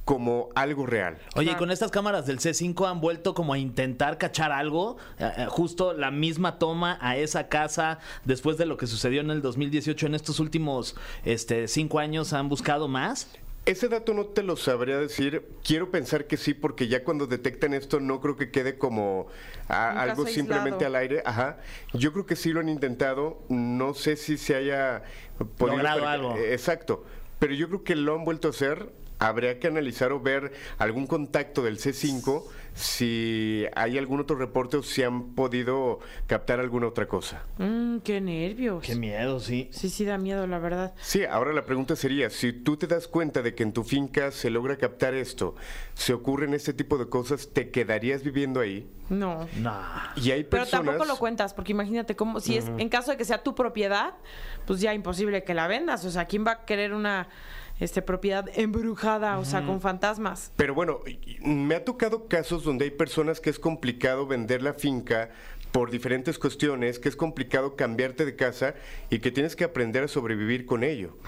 [SPEAKER 6] como algo real.
[SPEAKER 3] Oye, y con estas cámaras del C5 han vuelto como a intentar cachar algo, eh, eh, justo la misma toma a esa casa después de lo que sucedió en el 2018. En estos últimos este, cinco años han buscado más.
[SPEAKER 6] Ese dato no te lo sabría decir. Quiero pensar que sí, porque ya cuando detectan esto no creo que quede como a-
[SPEAKER 1] Un
[SPEAKER 6] algo
[SPEAKER 1] caso
[SPEAKER 6] simplemente
[SPEAKER 1] aislado.
[SPEAKER 6] al aire. Ajá. Yo creo que sí lo han intentado. No sé si se haya
[SPEAKER 3] Logrado
[SPEAKER 6] perca-
[SPEAKER 3] algo.
[SPEAKER 6] Eh, Exacto. Pero yo creo que lo han vuelto a hacer Habría que analizar o ver algún contacto del C5 si hay algún otro reporte o si han podido captar alguna otra cosa.
[SPEAKER 1] Mm, qué nervios.
[SPEAKER 3] Qué miedo, sí.
[SPEAKER 1] Sí, sí, da miedo, la verdad.
[SPEAKER 6] Sí, ahora la pregunta sería, si tú te das cuenta de que en tu finca se logra captar esto, se ocurren este tipo de cosas, ¿te quedarías viviendo ahí?
[SPEAKER 1] No.
[SPEAKER 3] Nah.
[SPEAKER 6] Y hay
[SPEAKER 1] Pero
[SPEAKER 6] personas...
[SPEAKER 1] tampoco lo cuentas, porque imagínate cómo, si es, en caso de que sea tu propiedad, pues ya imposible que la vendas. O sea, ¿quién va a querer una este, propiedad embrujada, o sea, con fantasmas?
[SPEAKER 6] Pero bueno, y- y me ha tocado casos donde hay personas que es complicado vender la finca por diferentes cuestiones, que es complicado cambiarte de casa y que tienes que aprender a sobrevivir con ello.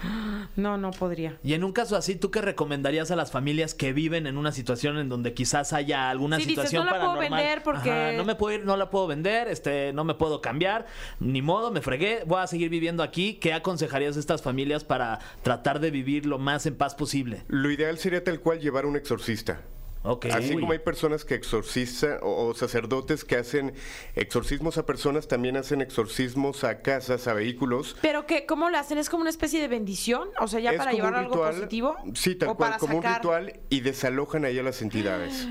[SPEAKER 1] No, no podría.
[SPEAKER 8] Y en un caso así, ¿tú qué recomendarías a las familias que viven en una situación en donde quizás haya alguna
[SPEAKER 1] Sí, dices,
[SPEAKER 8] situación
[SPEAKER 1] "No la puedo
[SPEAKER 8] paranormal"?
[SPEAKER 1] vender porque-
[SPEAKER 8] Ajá, no me puedo ir, no la puedo vender, este, no me puedo cambiar, ni modo, me fregué, voy a seguir viviendo aquí. ¿Qué aconsejarías a estas familias para tratar de vivir lo más en paz posible?
[SPEAKER 6] Lo ideal sería tal cual llevar a un exorcista.
[SPEAKER 8] Ok.
[SPEAKER 6] Así
[SPEAKER 8] Uy.
[SPEAKER 6] como hay personas que exorcizan o, o sacerdotes que hacen exorcismos a personas, también hacen exorcismos a casas, a vehículos.
[SPEAKER 1] Pero que, ¿cómo lo hacen? ¿Es como una especie de bendición? O sea, ya
[SPEAKER 6] Es
[SPEAKER 1] para
[SPEAKER 6] como un
[SPEAKER 1] llevar algo
[SPEAKER 6] ritual-
[SPEAKER 1] positivo.
[SPEAKER 6] Sí, tal
[SPEAKER 1] ¿O
[SPEAKER 6] cual,
[SPEAKER 1] para
[SPEAKER 6] como un
[SPEAKER 1] sacar?
[SPEAKER 6] ritual y desalojan ahí a las entidades.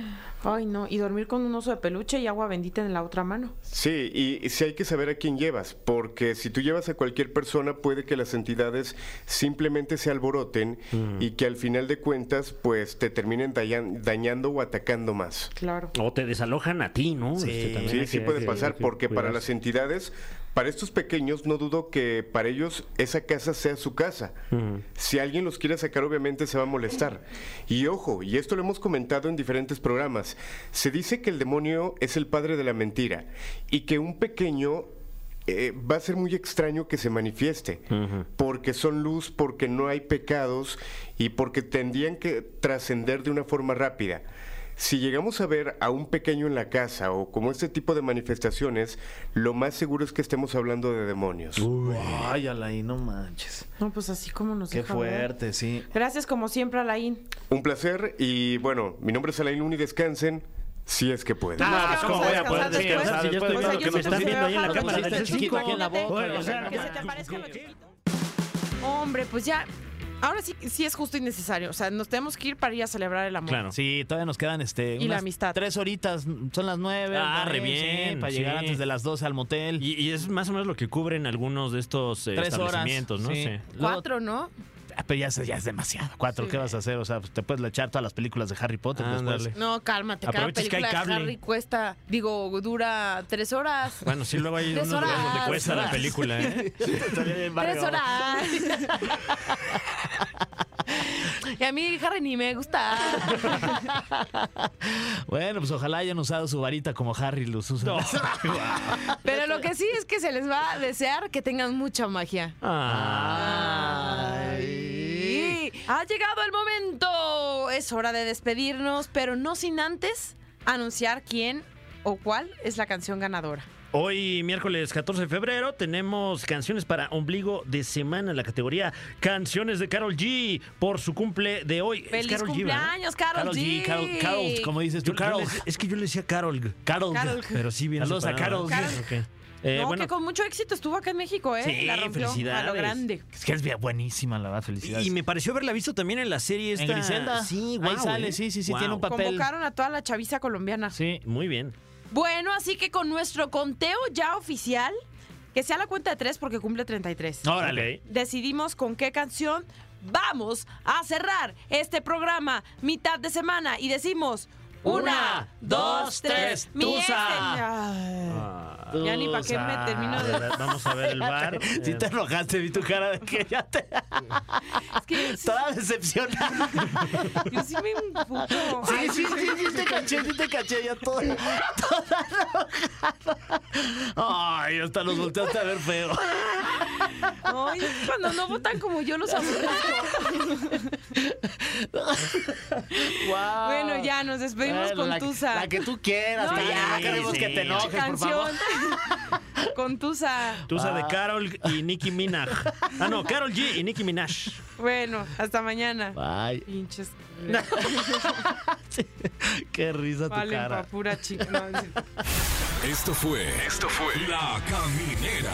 [SPEAKER 1] Ay, no. Y dormir con un oso de peluche y agua bendita en la otra mano.
[SPEAKER 6] Sí, y sí hay que saber a quién llevas, porque si tú llevas a cualquier persona puede que las entidades simplemente se alboroten
[SPEAKER 1] Mm.
[SPEAKER 6] y que al final de cuentas pues te terminen dañan- dañando o atacando más.
[SPEAKER 1] Claro.
[SPEAKER 2] O te desalojan a ti, ¿no? Este,
[SPEAKER 8] Sí,
[SPEAKER 2] también hay
[SPEAKER 6] Sí,
[SPEAKER 2] que-
[SPEAKER 6] sí
[SPEAKER 2] hay
[SPEAKER 6] puede
[SPEAKER 2] que-
[SPEAKER 6] pasar,
[SPEAKER 2] hay que
[SPEAKER 6] porque para las
[SPEAKER 2] cuidarse.
[SPEAKER 6] entidades, para estos pequeños, no dudo que para ellos esa casa sea su casa. Si alguien los quiere sacar, obviamente se va a molestar. Y ojo, y esto lo hemos comentado en diferentes programas, se dice que el demonio es el padre de la mentira y que un pequeño... eh, va a ser muy extraño que se manifieste, porque son luz, porque no hay pecados y porque tendrían que trascender de una forma rápida. Si llegamos a ver a un pequeño en la casa o como este tipo de manifestaciones, lo más seguro es que estemos hablando de demonios.
[SPEAKER 3] Ay, Alain, no manches.
[SPEAKER 1] No, pues así como nos
[SPEAKER 3] Qué
[SPEAKER 1] deja ver.
[SPEAKER 3] fuerte, sí.
[SPEAKER 1] Gracias como siempre, Alain.
[SPEAKER 6] Un placer y bueno, mi nombre es Alain Luna y descansen si es que pueden.
[SPEAKER 1] Ah,
[SPEAKER 3] pues,
[SPEAKER 1] ¿cómo voy a poder descansar
[SPEAKER 2] si ya
[SPEAKER 3] después
[SPEAKER 2] estoy viendo
[SPEAKER 3] de lo
[SPEAKER 2] lo que me están viendo ahí en la
[SPEAKER 1] Como
[SPEAKER 2] cámara
[SPEAKER 1] si
[SPEAKER 2] del
[SPEAKER 1] estés
[SPEAKER 8] chiquito
[SPEAKER 2] C5.
[SPEAKER 8] aquí en la boca.
[SPEAKER 2] Bueno, o sea,
[SPEAKER 1] que se te aparezcan los chiquitos. Hombre, pues ya. Ahora sí, sí es justo y necesario. O sea, nos tenemos que ir para ir a celebrar el amor.
[SPEAKER 2] Claro.
[SPEAKER 3] Sí, todavía nos quedan este,
[SPEAKER 1] Y la amistad.
[SPEAKER 3] tres horitas, son las nueve.
[SPEAKER 2] Ah,
[SPEAKER 3] nueve,
[SPEAKER 2] re
[SPEAKER 3] sí,
[SPEAKER 2] bien,
[SPEAKER 3] para llegar
[SPEAKER 2] sí.
[SPEAKER 3] antes de las doce al motel.
[SPEAKER 2] Y, y es más o menos lo que cubren algunos de estos eh,
[SPEAKER 3] tres horas.
[SPEAKER 2] establecimientos, ¿no?
[SPEAKER 3] sí.
[SPEAKER 2] Sí.
[SPEAKER 3] Luego-
[SPEAKER 5] Cuatro, ¿no?
[SPEAKER 3] Ah, pero ya, es- ya es demasiado. Cuatro, ¿qué vas a hacer? O sea, pues, te puedes echar todas las películas de Harry Potter
[SPEAKER 2] Ándale.
[SPEAKER 3] después.
[SPEAKER 5] No, cálmate. Cada
[SPEAKER 2] Aprovechas que hay
[SPEAKER 5] película de
[SPEAKER 2] cable.
[SPEAKER 5] Harry cuesta, digo, dura tres horas.
[SPEAKER 2] Bueno, sí, luego hay
[SPEAKER 5] Tres
[SPEAKER 2] unos lugares
[SPEAKER 5] horas.
[SPEAKER 2] donde cuesta la película, ¿eh?
[SPEAKER 5] Tres horas. y a mí Harry ni me gusta.
[SPEAKER 3] Bueno, pues ojalá hayan usado su varita como Harry los usa.
[SPEAKER 5] Pero lo que sí es que se les va a desear que tengan mucha magia. Ay. Ha llegado el momento. Es hora de despedirnos, pero no sin antes anunciar quién o cuál es la canción ganadora.
[SPEAKER 2] Hoy, miércoles 14 de febrero, tenemos canciones para ombligo de semana en la categoría Canciones de Carol G por su cumple de hoy. Es
[SPEAKER 5] ¡Feliz
[SPEAKER 2] Karol G, ¿verdad?
[SPEAKER 5] cumpleaños, Carol,
[SPEAKER 3] Carol
[SPEAKER 5] G!
[SPEAKER 3] G, Carol, Carol, como dices
[SPEAKER 2] Yo-
[SPEAKER 3] tú,
[SPEAKER 2] yo
[SPEAKER 3] Carol.
[SPEAKER 2] le- es que yo le decía Carol. G.
[SPEAKER 3] Carol.
[SPEAKER 1] Carol.
[SPEAKER 2] Pero sí, bien
[SPEAKER 3] Saludos a
[SPEAKER 2] separado.
[SPEAKER 3] Karol G.
[SPEAKER 2] Ok. Eh,
[SPEAKER 1] no,
[SPEAKER 2] bueno,
[SPEAKER 1] que con mucho éxito estuvo acá en México, ¿eh?
[SPEAKER 2] Sí,
[SPEAKER 1] la rompió a lo
[SPEAKER 2] felicidades.
[SPEAKER 1] grande.
[SPEAKER 3] Es que es bien buenísima, la verdad, felicidades.
[SPEAKER 2] y me pareció haberla visto también en la serie esta.
[SPEAKER 3] en Griselda.
[SPEAKER 2] Sí, guau,
[SPEAKER 3] Ahí sale,
[SPEAKER 2] ¿eh?
[SPEAKER 3] sí, sí, sí,
[SPEAKER 2] Guau.
[SPEAKER 3] tiene un papel.
[SPEAKER 1] Convocaron a toda la chaviza colombiana.
[SPEAKER 3] Sí.
[SPEAKER 2] Muy bien.
[SPEAKER 1] Bueno, así que con nuestro conteo ya oficial, que sea la cuenta de tres porque cumple 33.
[SPEAKER 3] Órale.
[SPEAKER 1] decidimos con qué canción vamos a cerrar este programa mitad de semana y decimos
[SPEAKER 3] Una, dos, tres,
[SPEAKER 1] Mi
[SPEAKER 3] Tusa.
[SPEAKER 1] ex tenía- Ya ni pa' qué me termino de-
[SPEAKER 2] A ver, Vamos a ver el bar.
[SPEAKER 3] Si te enojaste, vi tu cara de que ya te.
[SPEAKER 1] Es que sí,
[SPEAKER 3] Toda decepcionada.
[SPEAKER 1] yo sí me emputo.
[SPEAKER 3] Sí, sí, sí, sí, te caché, sí te caché, ya toda, toda enojada. Ay, hasta los volteaste a ver feo.
[SPEAKER 1] Ay, cuando no votan como yo los aburro.
[SPEAKER 3] Wow.
[SPEAKER 1] Bueno, ya nos despedimos con
[SPEAKER 3] la,
[SPEAKER 1] Tusa.
[SPEAKER 3] La que tú quieras,
[SPEAKER 1] No,
[SPEAKER 3] pero ya,
[SPEAKER 1] ya,
[SPEAKER 3] no queremos
[SPEAKER 2] sí.
[SPEAKER 3] que te enojes, por favor. Ah.
[SPEAKER 1] canción con Tusa.
[SPEAKER 2] Tusa de Carol y Nicki Minaj. Ah, no, Carol G y Nicki Minaj.
[SPEAKER 1] Bueno, hasta mañana.
[SPEAKER 3] Ay,
[SPEAKER 1] Pinches.
[SPEAKER 3] qué risa tu
[SPEAKER 1] Valen
[SPEAKER 3] cara.
[SPEAKER 1] pa' pura chica. No, es cierto.
[SPEAKER 9] Esto fue. Esto fue. La Caminera.